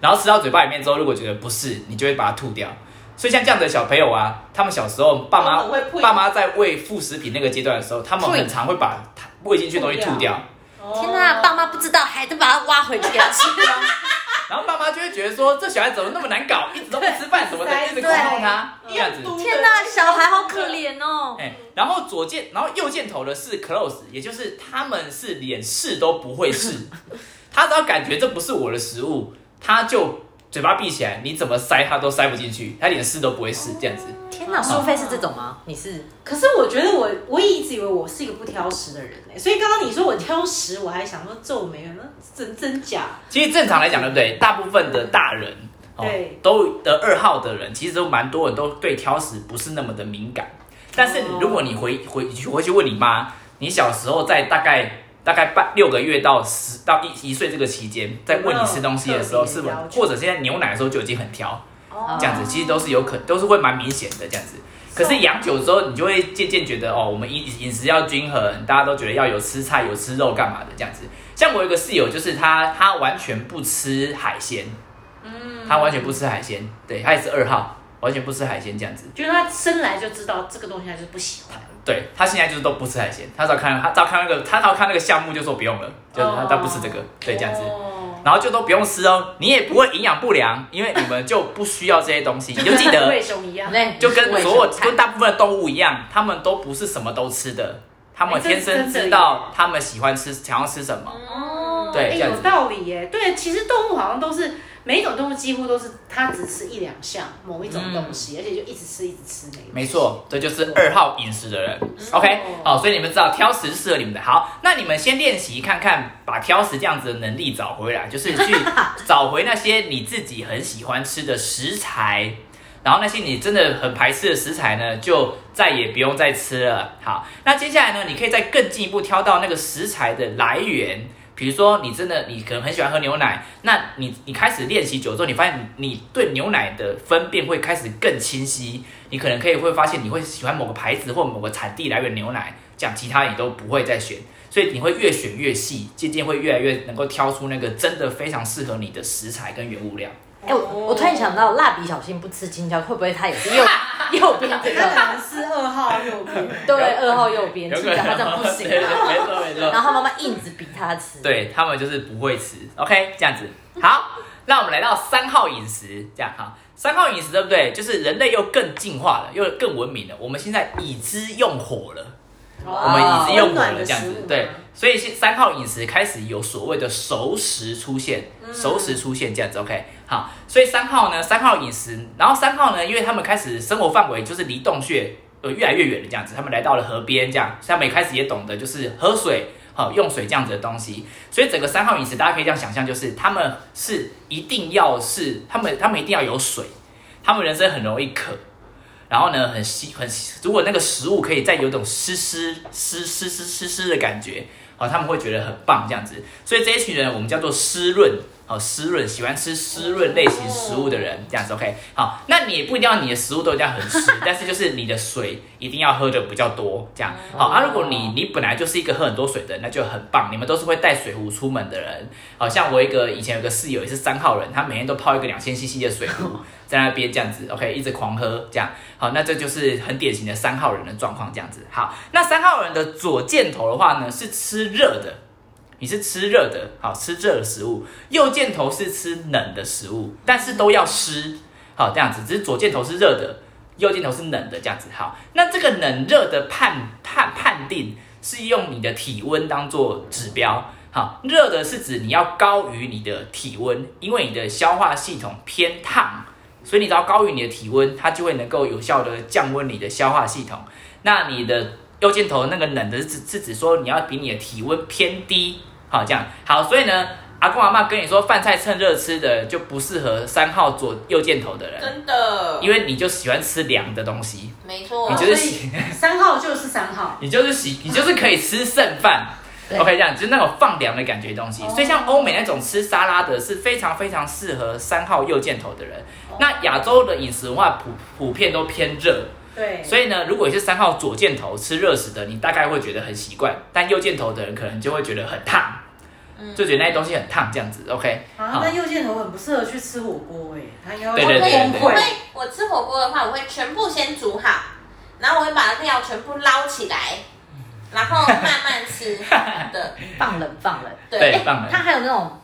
[SPEAKER 4] 然后吃到嘴巴里面之后，如果觉得不是，你就会把它吐掉。所以像这样的小朋友啊，他们小时候爸
[SPEAKER 2] 他
[SPEAKER 4] 妈
[SPEAKER 2] 们会吐
[SPEAKER 4] 爸妈在喂副食品那个阶段的时候，他们
[SPEAKER 3] 吐
[SPEAKER 4] 很常会把它喂进去的东西吐
[SPEAKER 1] 吐
[SPEAKER 4] 掉
[SPEAKER 1] 掉，哦
[SPEAKER 3] 天哪、爸妈不知道，还得把它挖回去给啊他吃光。
[SPEAKER 4] 然后爸妈就会觉得说这小孩怎么那么难搞，一直都不吃饭什么的，
[SPEAKER 1] 对
[SPEAKER 4] 一直控控他这
[SPEAKER 2] 对
[SPEAKER 4] 样子。
[SPEAKER 2] 一直
[SPEAKER 3] 天哪、小孩好可怜哦。
[SPEAKER 4] 哎、然后左键，然后右箭头的是 close，也就是他们是连试都不会试，他只要感觉这不是我的食物，他就嘴巴闭起来，你怎么塞他都塞不进去，他连试都不会试，这样子。
[SPEAKER 3] 天哪、苏菲是这种吗？你是
[SPEAKER 1] 可是我觉得我我一直以为我是一个不挑食的人呢、所以刚刚你说我挑食，我还想说皱眉呢，真真假？
[SPEAKER 4] 其实正常来讲，对不对？大部分的大人，哦
[SPEAKER 1] 对，
[SPEAKER 4] 都的二号的人，其实都蛮多人都对挑食不是那么的敏感。但是
[SPEAKER 1] 哦
[SPEAKER 4] 如果你回回去回去问你妈，你小时候在大概大概半六个月到十到一一岁这个期间，在
[SPEAKER 1] 有没
[SPEAKER 4] 喂
[SPEAKER 1] 有
[SPEAKER 4] 你吃东西的时候，
[SPEAKER 1] 特别
[SPEAKER 4] 是不是
[SPEAKER 1] 要求
[SPEAKER 4] 或者现在牛奶的时候就已经很挑，
[SPEAKER 1] 哦
[SPEAKER 4] 这样子，其实都是有可都是会蛮明显的这样子。可是养久之后，你就会渐渐觉得哦，我们饮饮食要均衡，大家都觉得要有吃菜、有吃肉干嘛的这样子。像我有一个室友，就是他他完全不吃海鲜，嗯，他完全不吃海鲜，对他也是二号，完全不吃海鲜这样子。
[SPEAKER 1] 就是他生来就知道这个东西他就是不喜欢。
[SPEAKER 4] 对他现在就是都不吃海鲜，他只要看他只要看那个他只要看那个项目就说不用了，就是他、
[SPEAKER 1] 哦
[SPEAKER 4] 他不吃这个，对这样子。
[SPEAKER 1] 哦
[SPEAKER 4] 然后就都不用吃哦，你也不会营养不良，因为你们就不需要这些东西，你就记
[SPEAKER 1] 跟
[SPEAKER 4] 得
[SPEAKER 1] 魏雄 一样，
[SPEAKER 3] 那
[SPEAKER 4] 就跟所有
[SPEAKER 3] 菜
[SPEAKER 4] 跟大部分的动物一样，它们都不是什么都吃的，它们
[SPEAKER 1] 哎这
[SPEAKER 4] 天
[SPEAKER 1] 是
[SPEAKER 4] 生
[SPEAKER 1] 真的
[SPEAKER 4] 知道它们喜欢吃想要吃什
[SPEAKER 2] 嗯
[SPEAKER 4] 么。
[SPEAKER 1] 哦，哎
[SPEAKER 4] 对这样
[SPEAKER 1] 有
[SPEAKER 4] 子
[SPEAKER 1] 道理耶。对，其实动物好像都是每一种动物几乎都是它只吃一两项某一种东西，而且就一直吃一直吃那个。
[SPEAKER 4] 嗯没错，这就是二号饮食的人。OK，好、所以你们知道挑食适合你们的。好，那你们先练习看看，把挑食这样子的能力找回来，就是去找回那些你自己很喜欢吃的食材，然后那些你真的很排斥的食材呢，就再也不用再吃了。好，那接下来呢，你可以再更进一步挑到那个食材的来源。比如说，你真的你可能很喜欢喝牛奶，那你你开始练习久之后，你发现你你对牛奶的分辨会开始更清晰，你可能可以会发现你会喜欢某个牌子或某个产地来源牛奶，这样其他你都不会再选，所以你会越选越细，渐渐会越来越能够挑出那个真的非常适合你的食材跟原物料。
[SPEAKER 3] 哎、我我突然想到，蜡笔小新不吃青椒，会不会他也是 右右边这
[SPEAKER 1] 它
[SPEAKER 3] 个？
[SPEAKER 1] 可能是二号右边。
[SPEAKER 3] 对，二号右边，
[SPEAKER 4] 有
[SPEAKER 3] 青
[SPEAKER 4] 可能
[SPEAKER 3] 椒他这样不行
[SPEAKER 4] 对
[SPEAKER 3] 啊。
[SPEAKER 4] 对没错没错。
[SPEAKER 3] 然后他妈妈硬是逼他吃。，
[SPEAKER 4] 对他们就是不会吃。OK，这样子好，那我们来到三号饮食，这样哈。三号饮食对不对？就是人类又更进化了，又更文明了。我们现在已知用火了，
[SPEAKER 1] 哦
[SPEAKER 4] 我们已知用火了，这样子对。所以现三号饮食开始有所谓的熟食出现，熟食出现这样子。OK，好。所以三号呢，三号饮食，然后三号呢，因为他们开始生活范围就是离洞穴呃越来越远了，这样子，他们来到了河边，这样，所以他们也开始也懂得就是喝水。好、用水这样子的东西，所以整个三号饮食，大家可以这样想象，就是他们是一定要是他们他们一定要有水，他们人生很容易渴，然后呢很稀很稀，如果那个食物可以再有种湿湿湿湿湿湿湿的感觉，好、他们会觉得很棒这样子。所以这一群人我们叫做湿润。好湿润，喜欢吃湿润类型食物的人，这样子 OK。好，那你也不一定要你的食物都一定要很湿，但是就是你的水一定要喝的比较多，这样。好啊，如果你你本来就是一个喝很多水的人，那就很棒。你们都是会带水壶出门的人，好像我一个以前有个室友也是三号人，他每天都泡一个两千 CC 的水壶在那边这样子，OK，一直狂喝这样。好，那这就是很典型的三号人的状况这样子。好，那三号人的左箭头的话呢是吃热的，你是吃热的，好吃热的食物；右箭头是吃冷的食物，但是都要湿，好这样子。只是左箭头是热的，右箭头是冷的这样子。好，那这个冷热的判判判定是用你的体温当做指标。好，热的是指你要高于你的体温，因为你的消化系统偏烫，所以你只要高于你的体温，它就会能够有效的降温你的消化系统。那你的右箭头那个冷的是指是指说你要比你的体温偏低，好这样好，所以呢，阿公阿妈跟你说饭菜趁热吃的就不适合三号左右箭头的人，
[SPEAKER 2] 真的，
[SPEAKER 4] 因为你就喜欢吃凉的东西，
[SPEAKER 2] 没错
[SPEAKER 4] 你，
[SPEAKER 1] 哦
[SPEAKER 4] 就
[SPEAKER 1] 所
[SPEAKER 4] 是
[SPEAKER 1] 以
[SPEAKER 4] 喜，
[SPEAKER 1] 三号就是三号
[SPEAKER 4] 你就是喜你就是可以吃剩饭。
[SPEAKER 3] 对
[SPEAKER 4] OK，这样就是那种放凉的感觉的东
[SPEAKER 1] 哦
[SPEAKER 4] 西，所以像欧美那种吃沙拉的是非常非常适合三号右箭头的人。
[SPEAKER 1] 哦
[SPEAKER 4] 那亚洲的饮食文化普普遍都偏热，
[SPEAKER 1] 对，
[SPEAKER 4] 所以呢，如果你是三号左箭头吃热食的，你大概会觉得很习惯；但右箭头的人可能就会觉得很烫。就觉得那些东西很烫这样子。OK，
[SPEAKER 1] 嗯啊，那右箭头很不适合去吃火锅哎、他应该
[SPEAKER 4] 对
[SPEAKER 1] 会
[SPEAKER 4] 对对
[SPEAKER 1] 崩
[SPEAKER 4] 对
[SPEAKER 1] 溃
[SPEAKER 4] 对。
[SPEAKER 5] 会，我吃火锅的话，我会全部先煮好，然后我会把料全部捞起来，
[SPEAKER 4] 嗯
[SPEAKER 5] 然后慢慢吃 的。
[SPEAKER 3] 放冷放冷。
[SPEAKER 5] 对，
[SPEAKER 4] 对
[SPEAKER 5] 哎，
[SPEAKER 4] 放
[SPEAKER 3] 它
[SPEAKER 4] 了。
[SPEAKER 3] 还有那种，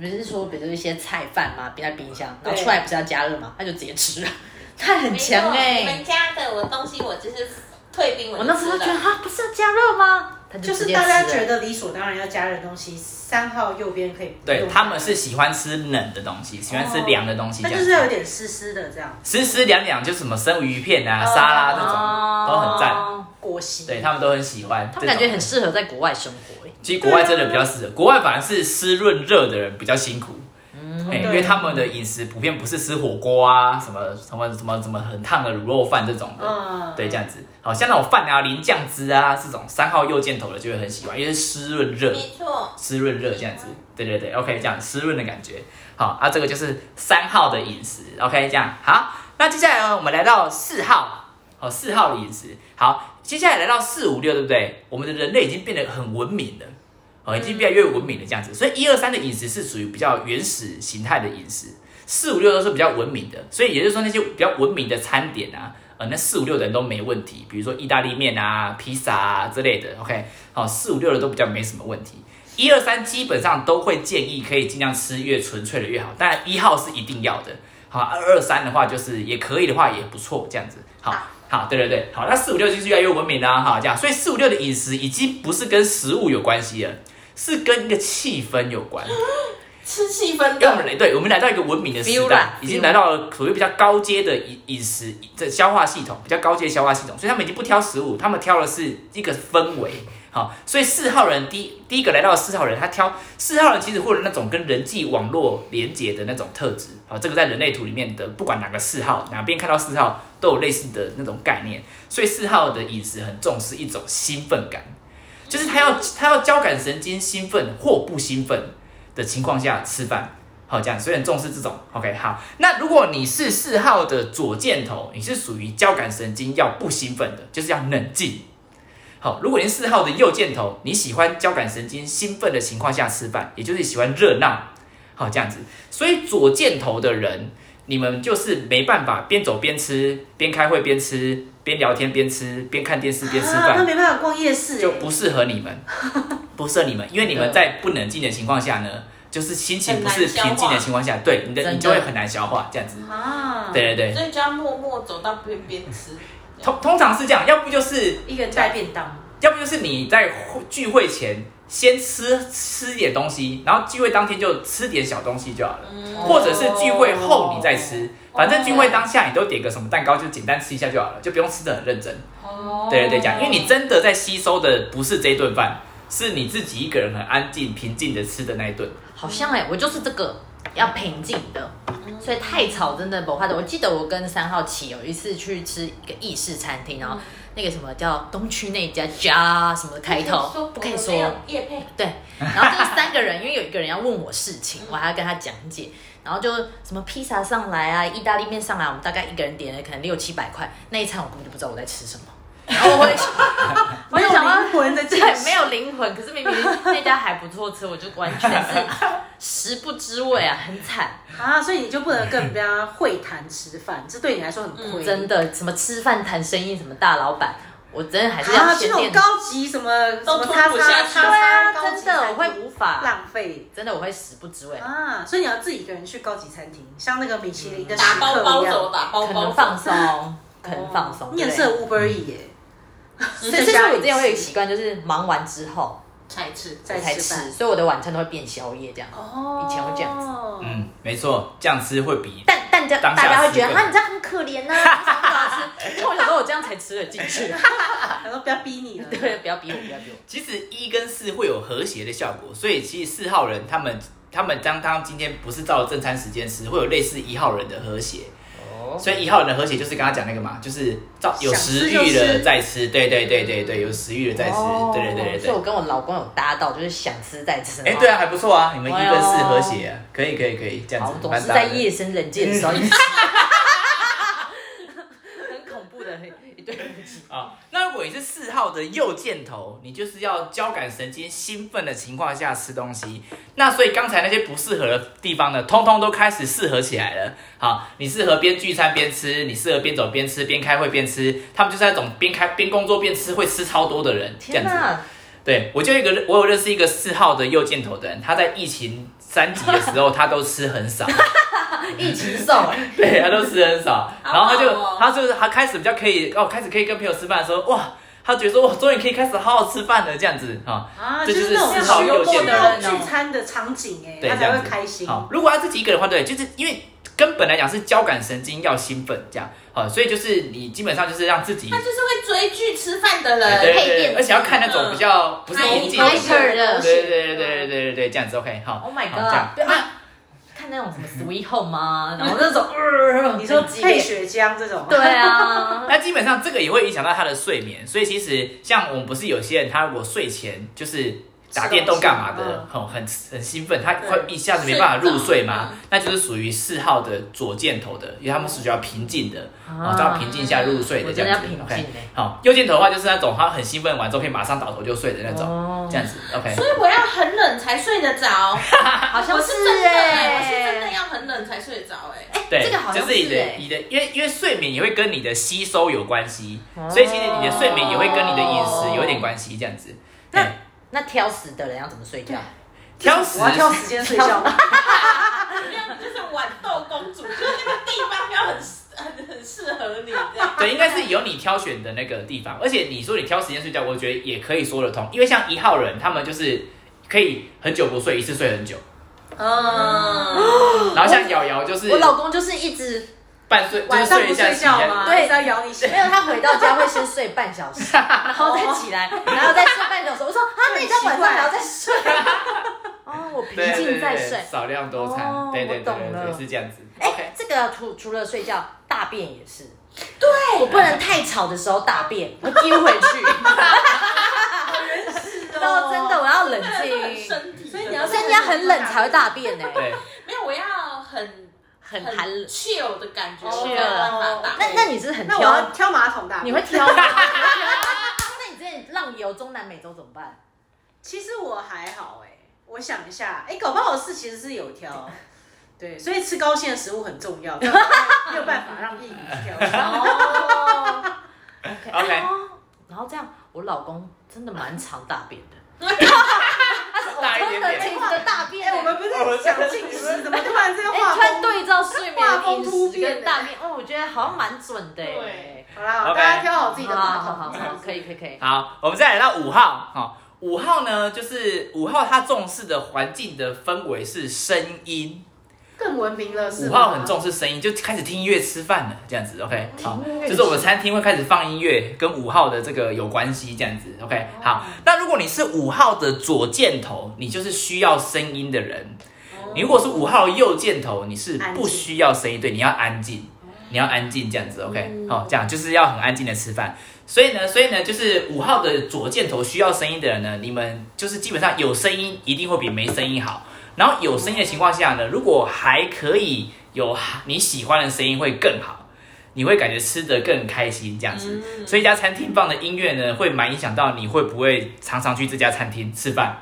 [SPEAKER 3] 不是说比如一些菜饭嘛，冰在冰箱，然后出来不是要加热嘛，他就直接吃啊， 他很
[SPEAKER 5] 没错
[SPEAKER 3] 强
[SPEAKER 2] 欸
[SPEAKER 3] 哎、
[SPEAKER 5] 你们家的我东西我就是退冰，
[SPEAKER 3] 我
[SPEAKER 5] 我
[SPEAKER 3] 那
[SPEAKER 5] 就
[SPEAKER 3] 时
[SPEAKER 5] 吃
[SPEAKER 3] 候觉得
[SPEAKER 5] 了。
[SPEAKER 3] 啊，不是要加热吗？他就
[SPEAKER 1] 就
[SPEAKER 3] 直
[SPEAKER 1] 是
[SPEAKER 3] 接
[SPEAKER 1] 大家
[SPEAKER 3] 吃
[SPEAKER 1] 觉
[SPEAKER 3] 了
[SPEAKER 1] 得理所当然要加热的东西，三号右边可以不
[SPEAKER 4] 对
[SPEAKER 1] 用
[SPEAKER 4] 他们是喜欢吃冷的东西，喜欢吃凉的东西，
[SPEAKER 1] 哦那
[SPEAKER 4] 这
[SPEAKER 1] 就
[SPEAKER 4] 样子
[SPEAKER 1] 是要有点湿湿的这样，
[SPEAKER 4] 湿湿凉凉，就是什么生鱼片啊、沙拉那种都很赞。
[SPEAKER 3] 哦
[SPEAKER 1] 过膝。
[SPEAKER 4] 对他们都很喜欢，
[SPEAKER 3] 他们感觉很
[SPEAKER 4] 这种
[SPEAKER 3] 适合在国外生活、欸，
[SPEAKER 4] 其实国外真的比较适合，国外反而是湿润热的人比较辛苦。
[SPEAKER 3] 嗯
[SPEAKER 4] 哎因为
[SPEAKER 1] 对
[SPEAKER 4] 他们的饮食普遍不是吃火锅啊，什么什么什么什么很烫的卤肉饭这种的，
[SPEAKER 1] 嗯
[SPEAKER 4] 对，这样子。好像那种饭啊、淋酱汁啊这种三号右箭头的就会很喜欢，因为是湿润热，
[SPEAKER 5] 没错，
[SPEAKER 4] 湿润热这样子。对对对，OK，这样湿润的感觉。好啊，这个就是三号的饮食，OK，这样好。那接下来呢，我们来到四号，好，四号的饮食。好，接下来来到四五六，对不对？我们的人类已经变得很文明了，哦，已经越来越文明了这样子。所以一二三的饮食是属于比较原始形态的饮食，四五六都是比较文明的。所以也就是说，那些比较文明的餐点啊，呃，那四五六的人都没问题，比如说意大利面啊、披萨啊之类的，OK，好，四五六的都比较没什么问题。一二三基本上都会建议可以尽量吃越纯粹的越好，当然一号是一定要的。好，二二三的话就是也可以的话也不错，这样子。好，好，对对对，好，那四五六就是越来越文明啦、哈，这样，所以四五六的饮食已经不是跟食物有关系了，是跟一个气氛有关。
[SPEAKER 2] 吃气氛
[SPEAKER 4] 因为我
[SPEAKER 2] 的，
[SPEAKER 4] 们来，对我们来到一个文明的时
[SPEAKER 3] Feel
[SPEAKER 4] 代
[SPEAKER 3] 啦，
[SPEAKER 4] 已经
[SPEAKER 3] feel
[SPEAKER 4] 来到了所谓比较高阶的饮饮食这消化系统，比较高阶的消化系统，所以他们已经不挑食物，他们挑的是一个氛围。好，所以四号人第一第一个来到的四号人，他挑四号人其实会有那种跟人际网络连接的那种特质。好，这个在人类图里面的不管哪个四号哪边看到四号都有类似的那种概念，所以四号的饮食很重视一种兴奋感。就是他要他要交感神经兴奋或不兴奋的情况下吃饭，好这样，所以很重视这种。OK，好，那如果你是四号的左箭头，你是属于交感神经要不兴奋的，就是要冷静。好，如果你是四号的右箭头，你喜欢交感神经兴奋的情况下吃饭，也就是喜欢热闹，好这样子。所以左箭头的人，你们就是没办法边走边吃，边开会边吃，边聊天边吃，边看电视边吃
[SPEAKER 1] 啊，
[SPEAKER 4] 饭
[SPEAKER 1] 那。没办法逛夜市、
[SPEAKER 4] 就
[SPEAKER 1] 欸，
[SPEAKER 4] 不适合你们，不适合你们，因为你们在不冷静的情况下呢，就是心情不是平静的情况下，对你的
[SPEAKER 3] 真的
[SPEAKER 4] 你就会很难消化这样子。
[SPEAKER 1] 啊，，
[SPEAKER 4] 对对对，
[SPEAKER 2] 所以就要默默走到边边吃。
[SPEAKER 4] 通通常是这样，要不就是
[SPEAKER 3] 嗯
[SPEAKER 1] 一个人带便当，
[SPEAKER 4] 要不就是你在会聚会前先吃吃点东西，然后聚会当天就吃点小东西就好了，
[SPEAKER 2] 嗯
[SPEAKER 5] 嗯
[SPEAKER 4] 或者是聚会后你再吃，反正聚会当下你都点个什么蛋糕，就简单吃一下就好了，就不用吃的很认真。
[SPEAKER 1] 哦
[SPEAKER 4] 对对对，这样，因为你真的在吸收的不是这一顿饭，是你自己一个人很安静、平静的吃的那一顿。
[SPEAKER 3] 好像哎、我就是这个要平静的，所以太吵真的不怕的。我记得我跟三号起有一次去吃一个意式餐厅，然后那个什么叫东区那一家家什么开头，不可以说。
[SPEAKER 5] 叶配，
[SPEAKER 3] 对，然后就是三个人，因为有一个人要问我事情，我还要跟他讲解，然后就什么披萨上来啊，意大利面上来，我们大概一个人点了可能六七百块，那一餐我根本就不知道我在吃什么，然后我会，我
[SPEAKER 1] 没
[SPEAKER 3] 就
[SPEAKER 1] 有
[SPEAKER 3] 想到
[SPEAKER 1] 灵魂的进
[SPEAKER 3] 对，
[SPEAKER 1] 食，
[SPEAKER 3] 没有灵魂，可是明明那家还不错吃，我就完全是食不知味啊，很惨，
[SPEAKER 1] 啊，所以你就不能跟人家会谈吃饭，这对你来说很亏。
[SPEAKER 3] 嗯真的，什么吃饭谈生意，什么大老板，我真的还是要
[SPEAKER 1] 啊，这
[SPEAKER 3] 先
[SPEAKER 1] 种
[SPEAKER 3] 练，
[SPEAKER 1] 高级什么什
[SPEAKER 2] 都
[SPEAKER 1] 么叉
[SPEAKER 2] 吞不下
[SPEAKER 1] 叉
[SPEAKER 2] 去
[SPEAKER 1] 叉
[SPEAKER 3] 对啊，
[SPEAKER 1] 叉，高级
[SPEAKER 3] 真的我
[SPEAKER 1] 餐
[SPEAKER 3] 会
[SPEAKER 1] 厅
[SPEAKER 3] 无法，
[SPEAKER 1] 浪费
[SPEAKER 3] 真的我会食不知味。
[SPEAKER 1] 啊，所以你要自己一个人去高级餐厅，像那个米其
[SPEAKER 3] 嗯
[SPEAKER 1] 林的食
[SPEAKER 2] 打包
[SPEAKER 1] 客
[SPEAKER 2] 包
[SPEAKER 1] 一样
[SPEAKER 2] 走，，打包
[SPEAKER 3] 可
[SPEAKER 2] 包
[SPEAKER 3] 能
[SPEAKER 2] 走
[SPEAKER 3] 放松，可能放松。
[SPEAKER 1] 哦你很适合 Uber
[SPEAKER 4] 嗯
[SPEAKER 1] E 耶，
[SPEAKER 3] 对嗯所以这是我之前会有一个习惯，就是忙完之后
[SPEAKER 2] 才吃。
[SPEAKER 1] 再
[SPEAKER 3] 才
[SPEAKER 1] 吃饭
[SPEAKER 3] 吃，所以我的晚餐都会变宵夜这样。
[SPEAKER 1] 哦
[SPEAKER 3] 以前会这样子
[SPEAKER 1] 子，
[SPEAKER 4] 嗯，没错，这样吃会比
[SPEAKER 3] 但但这
[SPEAKER 4] 当下
[SPEAKER 3] 大家会觉
[SPEAKER 4] 吃
[SPEAKER 3] 得
[SPEAKER 4] 的
[SPEAKER 3] 啊，你这样很可怜呐、啊，你 怎么不好吃？因为我想说我这样才吃得进去。
[SPEAKER 1] 他说不要逼你了，
[SPEAKER 3] 对，不要逼我，不要逼我。
[SPEAKER 4] 其实一跟四会有和谐的效果，所以其实四号人他们他们当当今天不是照正餐时间吃，会有类似一号人的和谐。所以一号人的和谐就是刚刚讲那个嘛，就是照有
[SPEAKER 1] 想
[SPEAKER 4] 食
[SPEAKER 1] 吃就
[SPEAKER 4] 欲了
[SPEAKER 1] 吃
[SPEAKER 4] 再吃，对对对对对，有食欲了再吃，对对对对
[SPEAKER 3] 哦所以
[SPEAKER 4] 对
[SPEAKER 3] 我。跟我老公有搭到，就是想吃再吃。
[SPEAKER 4] 哎、对啊，，还不错啊，你们一跟四
[SPEAKER 3] 哎呦
[SPEAKER 4] 和谐、啊，可以可以可以，这样
[SPEAKER 3] 好，
[SPEAKER 4] 子。
[SPEAKER 3] 总
[SPEAKER 4] 蛮
[SPEAKER 3] 是
[SPEAKER 4] 搭
[SPEAKER 3] 在
[SPEAKER 4] 的嗯
[SPEAKER 3] 夜深人静的时候一起。很恐怖的一对不起。
[SPEAKER 4] 啊，那如果你是四号的右箭头，你就是要交感神经兴奋的情况下吃东西。那所以刚才那些不适合的地方呢，通通都开始适合起来了。好，你适合边聚餐边吃，你适合边走边吃，边开会边吃。他们就是那种边开边工作边吃，会吃超多的人。这
[SPEAKER 3] 天
[SPEAKER 4] 样子。
[SPEAKER 3] 哪，
[SPEAKER 4] 对我就有一个，我有认识一个四号的右箭头的人，他在疫情三级的时候，他都吃很少。
[SPEAKER 3] 疫情瘦，
[SPEAKER 4] 对，他都吃很少，
[SPEAKER 5] 好
[SPEAKER 4] 然后他就、
[SPEAKER 5] 好哦
[SPEAKER 4] 他就是他开始比较可以哦，开始可以跟朋友吃饭的时候，哇，他觉得说哇，终于可以开始好好吃饭了这样子啊。
[SPEAKER 1] 啊，
[SPEAKER 4] 这
[SPEAKER 1] 就
[SPEAKER 4] 就是是
[SPEAKER 1] 那种
[SPEAKER 4] 四号
[SPEAKER 1] 需要
[SPEAKER 4] 右肩
[SPEAKER 1] 到
[SPEAKER 3] 的人哦
[SPEAKER 1] 聚餐的场景哎、
[SPEAKER 4] 对
[SPEAKER 1] 他
[SPEAKER 4] 这
[SPEAKER 1] 才
[SPEAKER 4] 样
[SPEAKER 1] 会
[SPEAKER 4] 子
[SPEAKER 1] 开心。
[SPEAKER 4] 好，如果他自己一个人的话，对，就是因为根本来讲是交感神经要兴奋这样，好，所以就是你基本上就是让自己
[SPEAKER 5] 他就是会追剧吃饭的
[SPEAKER 4] 对
[SPEAKER 5] 人，
[SPEAKER 4] 哎对
[SPEAKER 5] 配电
[SPEAKER 4] 对对，
[SPEAKER 5] 视
[SPEAKER 4] 而且要看那种比较不是
[SPEAKER 5] 嗨
[SPEAKER 4] 红景，
[SPEAKER 5] 嗨
[SPEAKER 4] 对
[SPEAKER 5] 嗨
[SPEAKER 3] 的
[SPEAKER 4] 对
[SPEAKER 1] 嗯
[SPEAKER 4] 对对对对对，这样子 OK 好。
[SPEAKER 3] Oh my
[SPEAKER 4] 好这样
[SPEAKER 3] god！不要啊，看那种什么 Sweet Home 啊，然后那种，呃
[SPEAKER 1] 你说
[SPEAKER 3] 很激
[SPEAKER 1] 配
[SPEAKER 3] 烈，
[SPEAKER 1] 血浆这种，
[SPEAKER 3] 对， 啊，
[SPEAKER 4] 那基本上这个也会影响到他的睡眠，所以其实像我们不是有些人，他如果睡前就是打电动干嘛的，很很很兴奋，他会一下子没办法入睡嘛，那就是属于四号的左箭头的，因为他们是比较平静的，啊，就要平静下入睡
[SPEAKER 3] 我
[SPEAKER 4] 的这
[SPEAKER 3] 真的
[SPEAKER 4] 样
[SPEAKER 3] 要
[SPEAKER 4] 子
[SPEAKER 3] 平。静
[SPEAKER 4] OK，
[SPEAKER 3] 哎。
[SPEAKER 4] 好，右箭头的话就是那种他很兴奋完之后可以马上倒头就睡的那种，
[SPEAKER 3] 哦
[SPEAKER 4] 这样子 OK。
[SPEAKER 5] 所以我要很冷才睡得着，
[SPEAKER 3] 好像
[SPEAKER 5] 我是真的，
[SPEAKER 3] 哎
[SPEAKER 5] 我是真的要很冷才睡得着，哎，
[SPEAKER 4] 对，
[SPEAKER 3] 这个好像
[SPEAKER 4] 就是
[SPEAKER 3] 是
[SPEAKER 4] 你的、
[SPEAKER 3] 欸
[SPEAKER 4] 你的，因为因为睡眠也会跟你的吸收有关系，
[SPEAKER 3] 哦
[SPEAKER 4] 所以其实你的睡眠也会跟你的饮食有点关系，这样子。
[SPEAKER 3] 那
[SPEAKER 4] 嘿
[SPEAKER 3] 那挑食的人要怎么睡觉？
[SPEAKER 4] 挑食
[SPEAKER 1] 我要挑时间睡觉吗。
[SPEAKER 5] 这样就是豌豆公主，就是那个地方要很很很适合你这 样。
[SPEAKER 4] 对，应该是由你挑选的那个地方，而且你说你挑时间睡觉，我觉得也可以说得通，因为像一号人，他们就是可以很久不睡，一次睡很久，
[SPEAKER 5] 嗯，
[SPEAKER 1] 哦
[SPEAKER 4] 然后像瑶瑶就是
[SPEAKER 3] 我老公就是一直
[SPEAKER 4] 半睡就
[SPEAKER 1] 晚
[SPEAKER 4] 是
[SPEAKER 1] 上
[SPEAKER 4] 睡
[SPEAKER 1] 不
[SPEAKER 4] 一下
[SPEAKER 1] 睡觉啊吗？
[SPEAKER 3] 对
[SPEAKER 1] 一直要咬你醒
[SPEAKER 3] 没。有，他回到家会先睡半小 时，然后再起来，然后再睡半小时。我说啊，那你到晚上还要再睡？ 哦，我平
[SPEAKER 4] 对对对
[SPEAKER 3] 静再
[SPEAKER 4] 对
[SPEAKER 3] 睡
[SPEAKER 4] 对，。少量多餐，
[SPEAKER 3] 哦
[SPEAKER 4] 对对
[SPEAKER 3] 我
[SPEAKER 4] 对
[SPEAKER 3] 懂
[SPEAKER 4] 对
[SPEAKER 3] 了
[SPEAKER 4] 对，是这样子。OK，
[SPEAKER 3] 哎，这个除除了睡觉，大便也是。对，我不能太吵的时候大便，我丢回 去。
[SPEAKER 1] 哦
[SPEAKER 3] 都真的，我要冷
[SPEAKER 5] 很
[SPEAKER 3] 静，
[SPEAKER 5] 身体，所以
[SPEAKER 1] 你要
[SPEAKER 3] 真的要很冷才会大便呢，
[SPEAKER 4] 对，
[SPEAKER 5] 没有，我要很
[SPEAKER 3] 很寒冷。
[SPEAKER 5] chill 的感觉，
[SPEAKER 1] 哦
[SPEAKER 5] 我没有办法打。
[SPEAKER 3] 那那你是很
[SPEAKER 1] 那我要
[SPEAKER 3] 挑，
[SPEAKER 1] 挑马桶大便。
[SPEAKER 3] 你会挑吗？那你之前浪游中南美洲怎么办？
[SPEAKER 1] 其实我还好哎、我想一下，哎、搞不好我是其实是有挑，对，所以吃高纤的食物很重 要，这样才没有办法让屁股挑。
[SPEAKER 3] 哦
[SPEAKER 4] OK
[SPEAKER 3] 然后这样，我老公真的蛮常大便的，
[SPEAKER 4] 大一点
[SPEAKER 3] 真的
[SPEAKER 4] 点。
[SPEAKER 3] 挺的大便
[SPEAKER 1] 哎、
[SPEAKER 3] 欸。
[SPEAKER 1] 我们不是讲进 食，怎么突然这个
[SPEAKER 3] 哎
[SPEAKER 1] 话
[SPEAKER 3] 突然
[SPEAKER 1] 风？
[SPEAKER 3] 对照睡
[SPEAKER 1] 画
[SPEAKER 3] 眠、
[SPEAKER 1] 风
[SPEAKER 3] 饮
[SPEAKER 1] 突
[SPEAKER 3] 食
[SPEAKER 1] 变
[SPEAKER 3] 跟大便，哦，我觉得好像蛮准的欸。
[SPEAKER 5] 对
[SPEAKER 1] 好啦
[SPEAKER 4] OK
[SPEAKER 1] 大家挑好自己
[SPEAKER 3] 好
[SPEAKER 1] 的
[SPEAKER 3] 好
[SPEAKER 1] 马
[SPEAKER 3] 好
[SPEAKER 1] 桶。
[SPEAKER 3] 好
[SPEAKER 1] 这样
[SPEAKER 3] 好，
[SPEAKER 1] 子
[SPEAKER 3] 可以可以可以。
[SPEAKER 4] 好，我们再来到五号，好、五号呢就是五号，他重视的环境的氛围是声音，
[SPEAKER 1] 更文明了，是
[SPEAKER 4] 五
[SPEAKER 1] 吗
[SPEAKER 4] 号很重视声音，就开始听音乐吃饭了，这样子，OK，好
[SPEAKER 3] 听音乐，
[SPEAKER 4] 就是我们餐厅会开始放音乐，跟五号的这个有关系，这样子，OK，好，那如果你是五号的左箭头，你就是需要声音的人；
[SPEAKER 5] 哦
[SPEAKER 4] 你如果是五号右箭头，你是不需要声音，对，你要安静，你要安静这样子，OK，好，这样就是要很安静的吃饭。所以呢，所以呢，就是五号的左箭头需要声音的人呢，你们就是基本上有声音一定会比没声音好。然后有声音的情况下呢，如果还可以有你喜欢的声音会更好，你会感觉吃得更开心这样子。所以一家餐厅放的音乐呢，会蛮影响到你会不会常常去这家餐厅吃饭。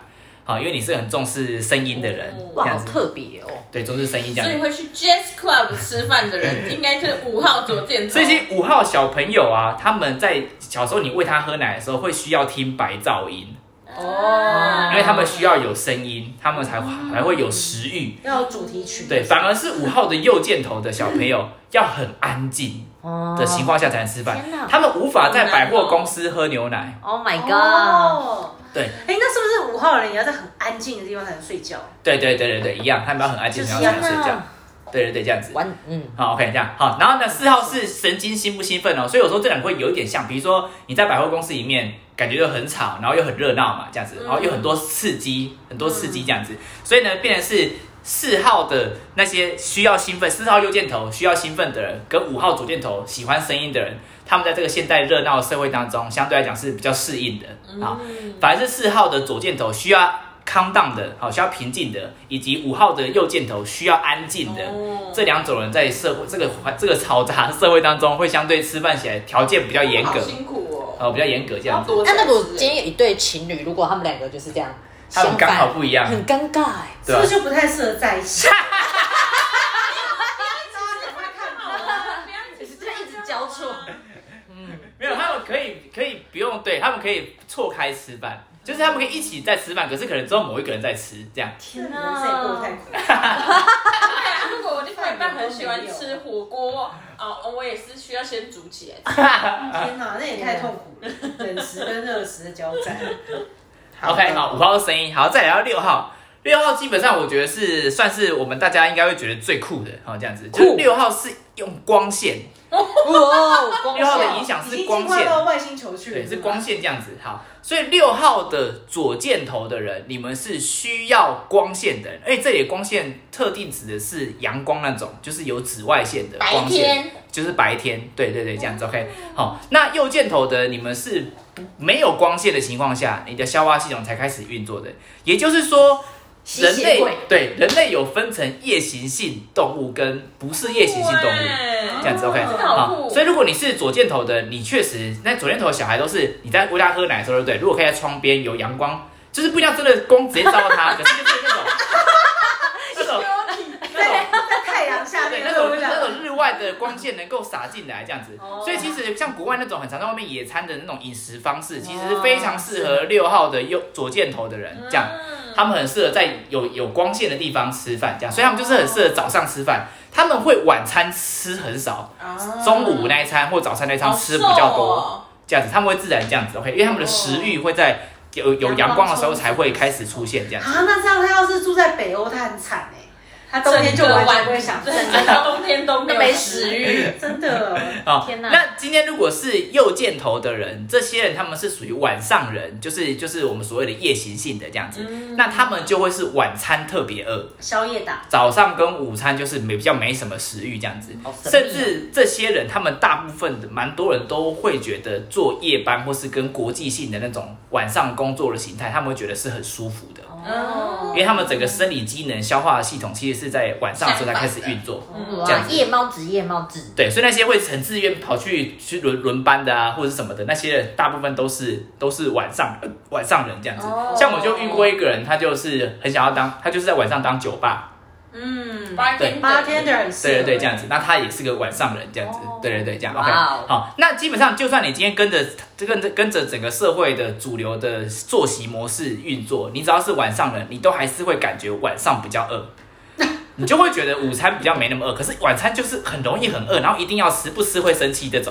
[SPEAKER 4] 好，因为你是很重视声音的人，这
[SPEAKER 3] 哇，
[SPEAKER 4] 样
[SPEAKER 3] 好
[SPEAKER 4] 子
[SPEAKER 3] 特别哦。
[SPEAKER 4] 对重视声音这样
[SPEAKER 5] 所以
[SPEAKER 4] 子。
[SPEAKER 5] 会去 Jazz Club 吃饭的人， 应该是五号左箭头。
[SPEAKER 4] 所以其实五号小朋友啊，他们在小时候你喂他喝奶的时候，会需要听白噪音，
[SPEAKER 5] 啊
[SPEAKER 2] 啊
[SPEAKER 1] 哦
[SPEAKER 4] 因为他们需要有声音，他们才才会有食欲。
[SPEAKER 1] 要有主题曲。
[SPEAKER 4] 对，
[SPEAKER 3] ，Oh
[SPEAKER 4] 反而是五号的右箭头的小朋友要很安静
[SPEAKER 3] 哦
[SPEAKER 4] 的情况下才能吃饭
[SPEAKER 3] 天哪，
[SPEAKER 4] 他们无法在百货公司喝牛奶。
[SPEAKER 3] Oh my god！
[SPEAKER 1] 哦，
[SPEAKER 4] 对，
[SPEAKER 1] 哎、那是不是五号人也要在很安静的地方才能睡觉？
[SPEAKER 4] 对对对对对，一样，他们要很安静，
[SPEAKER 1] 就
[SPEAKER 4] 然
[SPEAKER 1] 是
[SPEAKER 4] 后才能睡
[SPEAKER 3] 啊
[SPEAKER 4] 觉。对对对，这样子。
[SPEAKER 3] 完，嗯，
[SPEAKER 4] 好，OK，这样好。然后呢，四号是神经兴不兴奋哦，所以有时候这两个会有一点像，比如说你在百货公司里面感觉就很吵，然后又很热闹嘛，这样子，然后又很多刺激，很多刺激这样子，所以呢，变成是四号的那些需要兴奋，四号右箭头需要兴奋的人，跟五号左箭头喜欢声音的人，他们在这个现代
[SPEAKER 2] 嗯
[SPEAKER 4] 热闹的社会当中，相对来讲是比较适应的啊。反而是四号的左箭头需要 calm down 的，好需要平静的，以及五号的右箭头需要安静
[SPEAKER 2] 哦
[SPEAKER 4] 的，
[SPEAKER 1] 哦
[SPEAKER 4] 这两种人在社会这个环这个嘈杂社会当中，会相对吃饭起来条件比较严
[SPEAKER 2] 好
[SPEAKER 4] 格，
[SPEAKER 2] 辛苦哦。
[SPEAKER 4] 呃，比较严格这样子。
[SPEAKER 2] 多
[SPEAKER 3] 那那如果
[SPEAKER 2] 层次
[SPEAKER 3] 今天有一对情侣，如果他们两个就是这样，
[SPEAKER 4] 他们
[SPEAKER 3] 相
[SPEAKER 4] 刚好
[SPEAKER 3] 反
[SPEAKER 4] 不一样
[SPEAKER 3] 很尴尬哎、
[SPEAKER 1] 是
[SPEAKER 4] 对啊
[SPEAKER 1] 不
[SPEAKER 4] 吧
[SPEAKER 1] 是？就不太适合在一 起？
[SPEAKER 3] 一直交错，
[SPEAKER 4] 没有，他们可以可以不用对，他们可以错开吃饭，就是他们可以一起在吃饭，可是可能只有某一个人在吃这样。
[SPEAKER 1] 天哪，这也过得太苦了。
[SPEAKER 2] 啊如果我另外一半很喜欢吃火锅，哦，我也是需要先煮起来。
[SPEAKER 1] 天哪，那也太痛苦了，冷食跟热食的交战。
[SPEAKER 4] OK，好，五号是声音，好，再来到六号。六号基本上我觉得是算是我们大家应该会觉得最酷的，好这样子，就是六号是用光线，哦
[SPEAKER 3] 哇，光
[SPEAKER 4] 六号的影
[SPEAKER 3] 线，
[SPEAKER 4] 响
[SPEAKER 1] 已
[SPEAKER 4] 是
[SPEAKER 1] 经
[SPEAKER 4] 光
[SPEAKER 1] 进化
[SPEAKER 4] 线，
[SPEAKER 1] 到外星球去
[SPEAKER 4] 对，
[SPEAKER 1] 了，
[SPEAKER 4] 是光线这样子。好，所以六号的左箭头的人，你们是需要光线的人，而且这里的光线特定指的是阳光那种，就是有紫外线的
[SPEAKER 5] 白
[SPEAKER 4] 光线。
[SPEAKER 5] 天
[SPEAKER 4] 就是白天，对对对，这样子 OK。好，那右箭头的你们是不没有光线的情况下，你的消化系统才开始运作的。也就是说，
[SPEAKER 3] 吸
[SPEAKER 4] 人类
[SPEAKER 3] 血鬼
[SPEAKER 4] 对人类有分成夜行性动物跟不是夜行性动物，这样子 OK。
[SPEAKER 1] 真的
[SPEAKER 2] 好酷
[SPEAKER 4] 好，所以如果你是左箭头的，你确实那左箭头的小孩都是你在喂他喝奶的时候，对不对？如果可以在窗边有阳光，就是不一定要真的光直接照到他，可是就是那种那种那种
[SPEAKER 1] 在太阳下
[SPEAKER 4] 对，
[SPEAKER 1] 面
[SPEAKER 4] 那种
[SPEAKER 1] 对不对
[SPEAKER 4] 那种日外的光线能够洒进来这样子
[SPEAKER 1] 哦，
[SPEAKER 4] 所以其实像国外那种很常在外面野餐的那种饮食方式，其实是非常适合六号的右左箭头的人这样，
[SPEAKER 2] 嗯
[SPEAKER 4] 他们很适合在有有光线的地方吃饭这样，所以他们就是很适合早上吃饭，他们会晚餐吃很少，
[SPEAKER 1] 啊
[SPEAKER 4] 中午那一餐或早餐那一餐吃比较
[SPEAKER 2] 哦
[SPEAKER 4] 多，这样子，他们会自然这样子 OK，因为他们的食欲会在有有阳光的时候才会开始出现这 样子。
[SPEAKER 1] 啊，那这样他要是住在北欧，他很惨哎，他冬天就完全不会 想吃，
[SPEAKER 2] 整个冬天都没
[SPEAKER 3] 都
[SPEAKER 2] 有
[SPEAKER 3] 没食欲。
[SPEAKER 1] 真的。
[SPEAKER 4] 哦，
[SPEAKER 3] 天哪
[SPEAKER 4] 那今天如果是右箭头的人，这些人他们是属于晚上人，就是就是我们所谓的夜行性的这样子，那他们就会是晚餐特别饿，
[SPEAKER 1] 宵夜党，
[SPEAKER 4] 早上跟午餐就是没比较没什么食欲这样子，
[SPEAKER 3] 好神秘哦
[SPEAKER 4] 甚至这些人他们大部分的蛮多人都会觉得做夜班或是跟国际性的那种晚上工作的形态，他们会觉得是很舒服
[SPEAKER 3] 哦
[SPEAKER 4] 的。
[SPEAKER 2] 嗯
[SPEAKER 4] 因为他们整个生理机能、消化的系统其实是在晚上的时候才开始运作，
[SPEAKER 1] 嗯
[SPEAKER 4] 这样
[SPEAKER 3] 哇，
[SPEAKER 4] 子
[SPEAKER 3] 嗯夜猫子，夜猫子，
[SPEAKER 4] 对，所以那些会很自愿跑去去轮轮班的啊，或者是什么的，那些人大部分都是都是晚上、呃晚上人这样子。
[SPEAKER 3] 哦
[SPEAKER 4] 像我就遇过一个人，他就是很想要当，他就是在晚上当酒吧，
[SPEAKER 1] 嗯
[SPEAKER 2] 八天
[SPEAKER 1] 八天的很
[SPEAKER 4] 对对对，这
[SPEAKER 1] 样。
[SPEAKER 4] 样子。那他也是个晚上人这样子，对对对，这样 OK
[SPEAKER 3] 哇哦。
[SPEAKER 4] 好，那基本上就算你今天跟着跟着跟着整个社会的主流的作息模式运作，你只要是晚上人，你都还是会感觉晚上比较 饿。你就会觉得午餐比较没那么饿，可是晚餐就是很容易很饿，然后一定要吃，不吃会生气这种。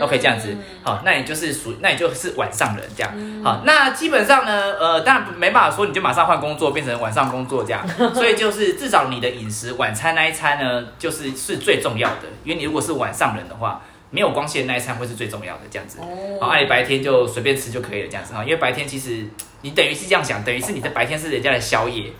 [SPEAKER 4] OK，这样
[SPEAKER 3] 嗯
[SPEAKER 4] 子，好，那你就是属，那你就是晚上人这样，
[SPEAKER 3] 嗯
[SPEAKER 4] 好，那基本上呢，呃，当然没办法说你就马上换工作变成晚上工 作这样，所以就是至少你的饮食晚餐那一餐呢，就是是最重要的，因为你如果是晚上人的话，没有光线那一餐会是最重要的这样子，
[SPEAKER 1] 哦
[SPEAKER 3] 嗯
[SPEAKER 4] 好，那你白天就随便吃就可以了这样子哈，因为白天其实你等于是这样想，等于是你的白天是人家的宵夜，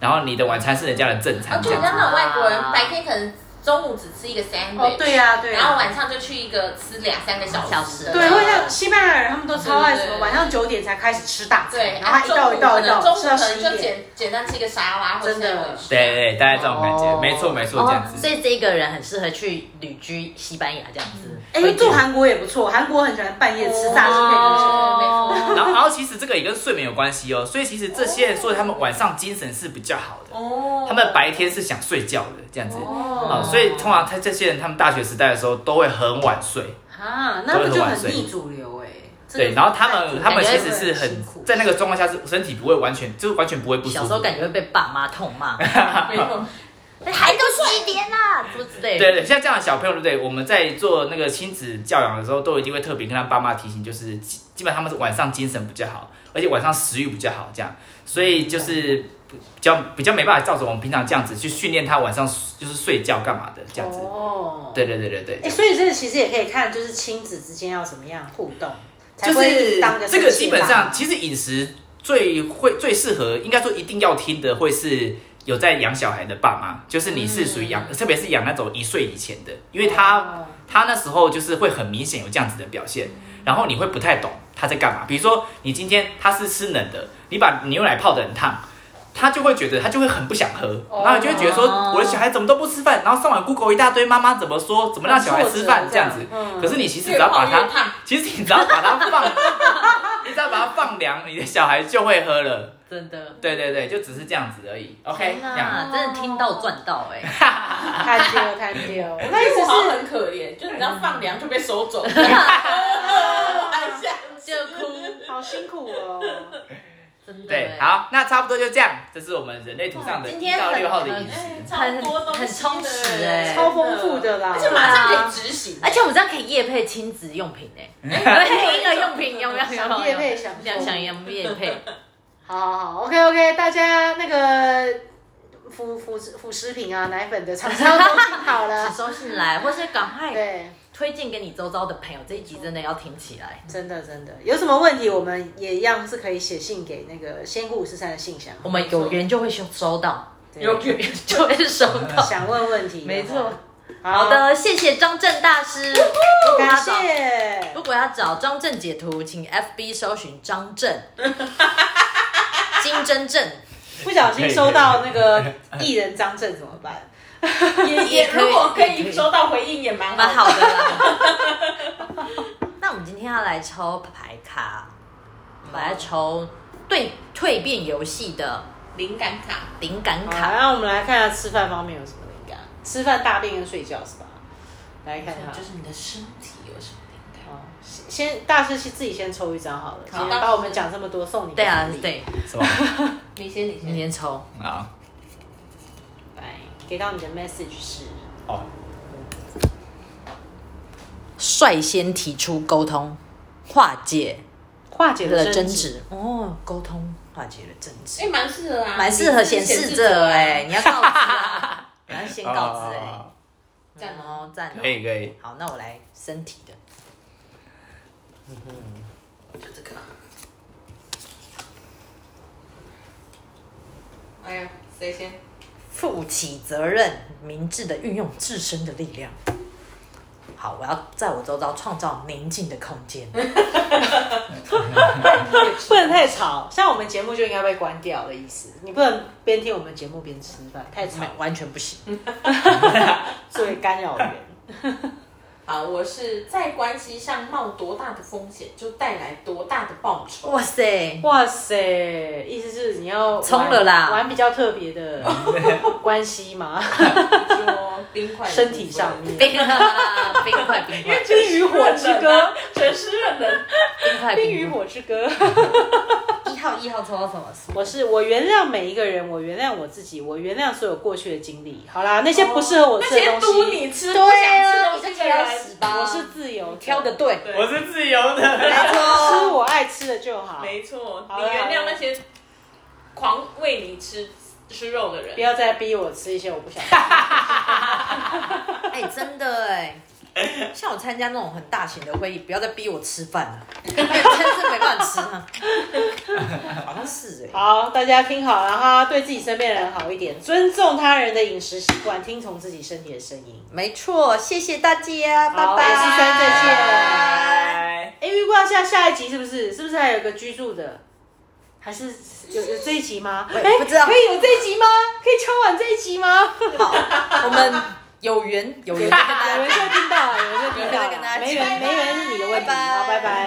[SPEAKER 4] 然后你的晚餐是人家的正
[SPEAKER 5] 啊，
[SPEAKER 4] 餐
[SPEAKER 5] 就
[SPEAKER 4] 这
[SPEAKER 2] 哦
[SPEAKER 4] 样
[SPEAKER 5] 像
[SPEAKER 3] 哦
[SPEAKER 4] 子，
[SPEAKER 5] 那种外国人，白天可能中午只吃一个 sandwich，、
[SPEAKER 1] 哦，对呀、对呀、
[SPEAKER 5] 然后晚上就啊去一个吃两三个小
[SPEAKER 3] 小
[SPEAKER 5] 时
[SPEAKER 3] 时
[SPEAKER 5] 的，
[SPEAKER 1] 对，会像西班牙人，他们都超爱什
[SPEAKER 5] 对对
[SPEAKER 1] 么
[SPEAKER 5] 对
[SPEAKER 1] 晚上九点才开始吃大餐，
[SPEAKER 5] 对，
[SPEAKER 1] 然后他一道一道一
[SPEAKER 5] 中
[SPEAKER 1] 道
[SPEAKER 5] 午
[SPEAKER 1] 吃
[SPEAKER 5] 可
[SPEAKER 1] 到
[SPEAKER 5] 能
[SPEAKER 1] 十一
[SPEAKER 5] 就
[SPEAKER 1] 点，
[SPEAKER 5] 简简单吃一个沙拉或者
[SPEAKER 1] 真的
[SPEAKER 4] 对对对，哎大概这种感觉，
[SPEAKER 3] 哦
[SPEAKER 4] 没错没错这样
[SPEAKER 3] 哦
[SPEAKER 4] 子。
[SPEAKER 3] 所以这一个人很适合去旅居西班牙这样子。
[SPEAKER 1] 哎、住韩国也不错，韩国很喜欢半夜吃炸鸡配啤酒。
[SPEAKER 5] 哦
[SPEAKER 4] 然后，然后其实这个也跟睡眠有关系哦，所以其实这些人说他们晚上精神是比较好的，
[SPEAKER 2] 哦
[SPEAKER 4] 他们白天是想睡觉的这样子啊、
[SPEAKER 1] 哦
[SPEAKER 4] 所以通常他这些人他们大学时代的时候都会很晚睡，
[SPEAKER 1] 啊，那不就很逆主流哎、这个
[SPEAKER 4] 对，然后他们他们其实是
[SPEAKER 1] 辛
[SPEAKER 4] 很
[SPEAKER 1] 苦
[SPEAKER 4] 在那个状况下是身体不会完全就是完全不会不舒服，
[SPEAKER 3] 小时候感觉会被爸妈痛骂，哎
[SPEAKER 2] 没有
[SPEAKER 3] 还都几点啊啦，什么之类
[SPEAKER 4] 对
[SPEAKER 3] 的。
[SPEAKER 4] 对，像这样的小朋友，对不对？我们在做那个亲子教养的时候，都一定会特别跟他爸妈提醒，就是基基本上他们是晚上精神比较好，而且晚上食欲比较好，这样，所以就是比较比较没办法照着我们平常这样子去训练他晚上就是睡觉干嘛的这样子。
[SPEAKER 1] 哦，
[SPEAKER 4] 对对对对对
[SPEAKER 1] 哎、。所以这个其实也可以看，就是亲子之间要怎么样互动，才
[SPEAKER 4] 就
[SPEAKER 1] 不会一直
[SPEAKER 4] 是
[SPEAKER 1] 当个
[SPEAKER 4] 这
[SPEAKER 1] 生
[SPEAKER 4] 个
[SPEAKER 1] 气
[SPEAKER 4] 基本
[SPEAKER 1] 爸
[SPEAKER 4] 上，其实饮食最会最适合，应该说一定要听的会是有在养小孩的爸妈，就是你是属于养，特别是
[SPEAKER 5] 哦
[SPEAKER 4] 养那种一岁以前的，因为他、他那时候就是会很明显有这样子的表现。然后你会不太懂它在干嘛。比如说你今天它是吃冷的，你把牛奶泡得很烫。他就会觉得他就会很不想喝，
[SPEAKER 3] 哦
[SPEAKER 4] 然后你就会觉得说我的小孩怎么都不吃饭，然后上网 Google 一大堆妈妈怎么说，怎么让小孩吃饭这样子。
[SPEAKER 3] 嗯
[SPEAKER 4] 可是你其实只要把
[SPEAKER 2] 越泡越
[SPEAKER 4] 它
[SPEAKER 2] 烫，
[SPEAKER 4] 其实你只要把它 放，你只要把它放凉，你的小孩就会喝了。
[SPEAKER 3] 真的。
[SPEAKER 4] 对对对，就只是这样子而已。OK，
[SPEAKER 3] 天
[SPEAKER 4] 这样。
[SPEAKER 3] 哪，真的听到赚到 哎、
[SPEAKER 1] 摊丢摊丢，
[SPEAKER 2] 我
[SPEAKER 1] 那
[SPEAKER 2] 那
[SPEAKER 1] 意
[SPEAKER 2] 一次
[SPEAKER 1] 思
[SPEAKER 2] 好像
[SPEAKER 1] 是
[SPEAKER 2] 很可怜，就你知道放凉就被收 走，还想
[SPEAKER 3] 就哭，
[SPEAKER 1] 好辛苦哦。
[SPEAKER 3] 真的、
[SPEAKER 4] 对
[SPEAKER 3] 欸，，，
[SPEAKER 4] 好，那差不多就这样。这是我们人类图上的
[SPEAKER 3] 今
[SPEAKER 4] 一
[SPEAKER 3] 天
[SPEAKER 4] 到
[SPEAKER 3] 很呃
[SPEAKER 4] 六号的饮食。
[SPEAKER 2] 哎超多东西的
[SPEAKER 3] 很充实哎
[SPEAKER 1] 超丰富的哎啦
[SPEAKER 2] 而且马上可以执行，
[SPEAKER 3] 而且我们这样可以夜配亲子用品哎、
[SPEAKER 4] 嗯
[SPEAKER 3] 婴儿用品有没有？
[SPEAKER 1] 想业配想
[SPEAKER 3] 想想用夜配，
[SPEAKER 1] 好好好，OK OK，大家那个辅辅辅食品啊、奶粉的厂商都听好 了。
[SPEAKER 3] 收信来，或是赶快
[SPEAKER 1] 对，
[SPEAKER 3] 推荐给你周遭的朋友，这一集真的要听起来。
[SPEAKER 1] 真的真的，有什么问题我们也一样是可以写信给那个仙姑五十三的信箱。
[SPEAKER 3] 我们有缘就会收收到，
[SPEAKER 1] 对
[SPEAKER 2] 有有
[SPEAKER 3] 就会收 到。
[SPEAKER 1] 想问问题，
[SPEAKER 3] 没错。
[SPEAKER 1] 好
[SPEAKER 3] 好，的，谢谢张震大师。如果
[SPEAKER 1] 感
[SPEAKER 3] 要找，
[SPEAKER 1] 谢。
[SPEAKER 3] 如果要找张震解图，请 FB 搜寻张 震，金真正
[SPEAKER 1] 不小心收到那个艺人张震怎么办？
[SPEAKER 2] 也
[SPEAKER 3] 也
[SPEAKER 2] 也
[SPEAKER 3] 可以
[SPEAKER 2] 如果可以收到回应也蛮
[SPEAKER 3] 蛮
[SPEAKER 2] 好
[SPEAKER 3] 好的 啦。那我们今天要来抽牌卡，我们来抽对蜕变游戏的
[SPEAKER 2] 的灵感卡。
[SPEAKER 3] 灵感
[SPEAKER 1] 好，
[SPEAKER 3] 卡。
[SPEAKER 1] 那我们来看一下吃饭方面有什么灵感。吃饭、大便跟睡觉是吧？来看一下，
[SPEAKER 2] 就是你的身体有什么灵感？
[SPEAKER 1] 哦先大师去自己先抽一张好了，
[SPEAKER 2] 好
[SPEAKER 1] 先把我们讲这么多送你。
[SPEAKER 3] 对啊，，对，
[SPEAKER 4] 什么？
[SPEAKER 2] 你先，你
[SPEAKER 3] 你
[SPEAKER 2] 先。
[SPEAKER 3] 先抽。
[SPEAKER 4] 好。
[SPEAKER 1] 来给到你的 message 是
[SPEAKER 4] 哦，
[SPEAKER 3] 率先提出沟通，化解
[SPEAKER 1] 化解
[SPEAKER 3] 了
[SPEAKER 1] 了
[SPEAKER 3] 争
[SPEAKER 1] 争执，
[SPEAKER 3] 执。哦，沟通化解了争执，
[SPEAKER 2] 哎，蛮适合啊，
[SPEAKER 3] 蛮适合显示者哎、
[SPEAKER 2] 哎，
[SPEAKER 3] 你要告 知啊，你要先告知哎、
[SPEAKER 4] 哦
[SPEAKER 3] 赞哦赞哦，
[SPEAKER 4] 可以可以。
[SPEAKER 3] 好，那我来身体的，
[SPEAKER 2] 就这个。哎呀，谁先？
[SPEAKER 3] 负起责任，明智的运用自身的力量。好，我要在我周遭创造宁静的空间。
[SPEAKER 1] 不能太吵，像我们节目就应该被关掉的意思。你不能边听我们节目边吃饭，太吵
[SPEAKER 3] 没嗯完全不行，
[SPEAKER 1] 作为干 扰源。
[SPEAKER 2] 好，我是在关系上冒多大的风险，就带来多大的报酬。
[SPEAKER 3] 哇塞，
[SPEAKER 1] 哇塞，意思是你要玩
[SPEAKER 3] 冲了啦
[SPEAKER 1] 玩比较特别 的关系嘛，
[SPEAKER 2] 说冰块的部分
[SPEAKER 1] 身体上，面。
[SPEAKER 3] 冰啊冰 块冰块
[SPEAKER 1] 冰与火之歌，
[SPEAKER 2] 全湿润的。
[SPEAKER 3] 冰块
[SPEAKER 1] 冰与
[SPEAKER 3] 冰块。
[SPEAKER 1] 火之歌。
[SPEAKER 3] 一号一号抽到什么？
[SPEAKER 1] 我是我原谅每一个人，我原谅我自己，我原谅所有过去的经历。好啦，那些不适合我吃的
[SPEAKER 2] 那些
[SPEAKER 1] 东西，
[SPEAKER 2] 督你吃不
[SPEAKER 1] 对啊，
[SPEAKER 2] 想吃东西的
[SPEAKER 3] 挑
[SPEAKER 2] 人，
[SPEAKER 3] 死吧，
[SPEAKER 1] 我是自由
[SPEAKER 3] 挑的对，
[SPEAKER 2] 对
[SPEAKER 4] 我是自由的。
[SPEAKER 3] 没
[SPEAKER 1] 吃
[SPEAKER 3] 错。
[SPEAKER 1] 我爱吃的就好，
[SPEAKER 2] 没错，
[SPEAKER 1] 好
[SPEAKER 2] 你
[SPEAKER 1] 啦
[SPEAKER 2] 原谅那些狂喂你吃吃肉的
[SPEAKER 1] 不
[SPEAKER 2] 人。
[SPEAKER 1] 要再逼我吃一些我不想吃。
[SPEAKER 3] 哎、真的哎、像我参加那种很大型的会议，不要再逼我吃饭了，真是没办法吃啊。好像是哎、
[SPEAKER 1] 好，大家听好了哈，对自己身边的人好一点，尊重他人的饮食习惯，听从自己身体的声音。
[SPEAKER 3] 没错，谢谢大家，拜
[SPEAKER 1] 好
[SPEAKER 3] 拜，
[SPEAKER 1] 我是三再见
[SPEAKER 4] 拜。
[SPEAKER 1] 哎，预告一下下一集是不是？是不是还有个居住的？还是有有这一集吗？
[SPEAKER 3] 我也
[SPEAKER 1] 哎
[SPEAKER 3] 不知道
[SPEAKER 1] 可以有这一集吗？可以敲完这一集吗？
[SPEAKER 3] 好，我们有缘有缘再跟大
[SPEAKER 1] 有
[SPEAKER 3] 家
[SPEAKER 1] 人就听到了，有人就听到
[SPEAKER 3] 有人就跟大
[SPEAKER 1] 了，
[SPEAKER 3] 家
[SPEAKER 1] 没缘
[SPEAKER 3] 讲
[SPEAKER 1] 没缘是你的问题，
[SPEAKER 3] 拜拜
[SPEAKER 1] 好，拜拜。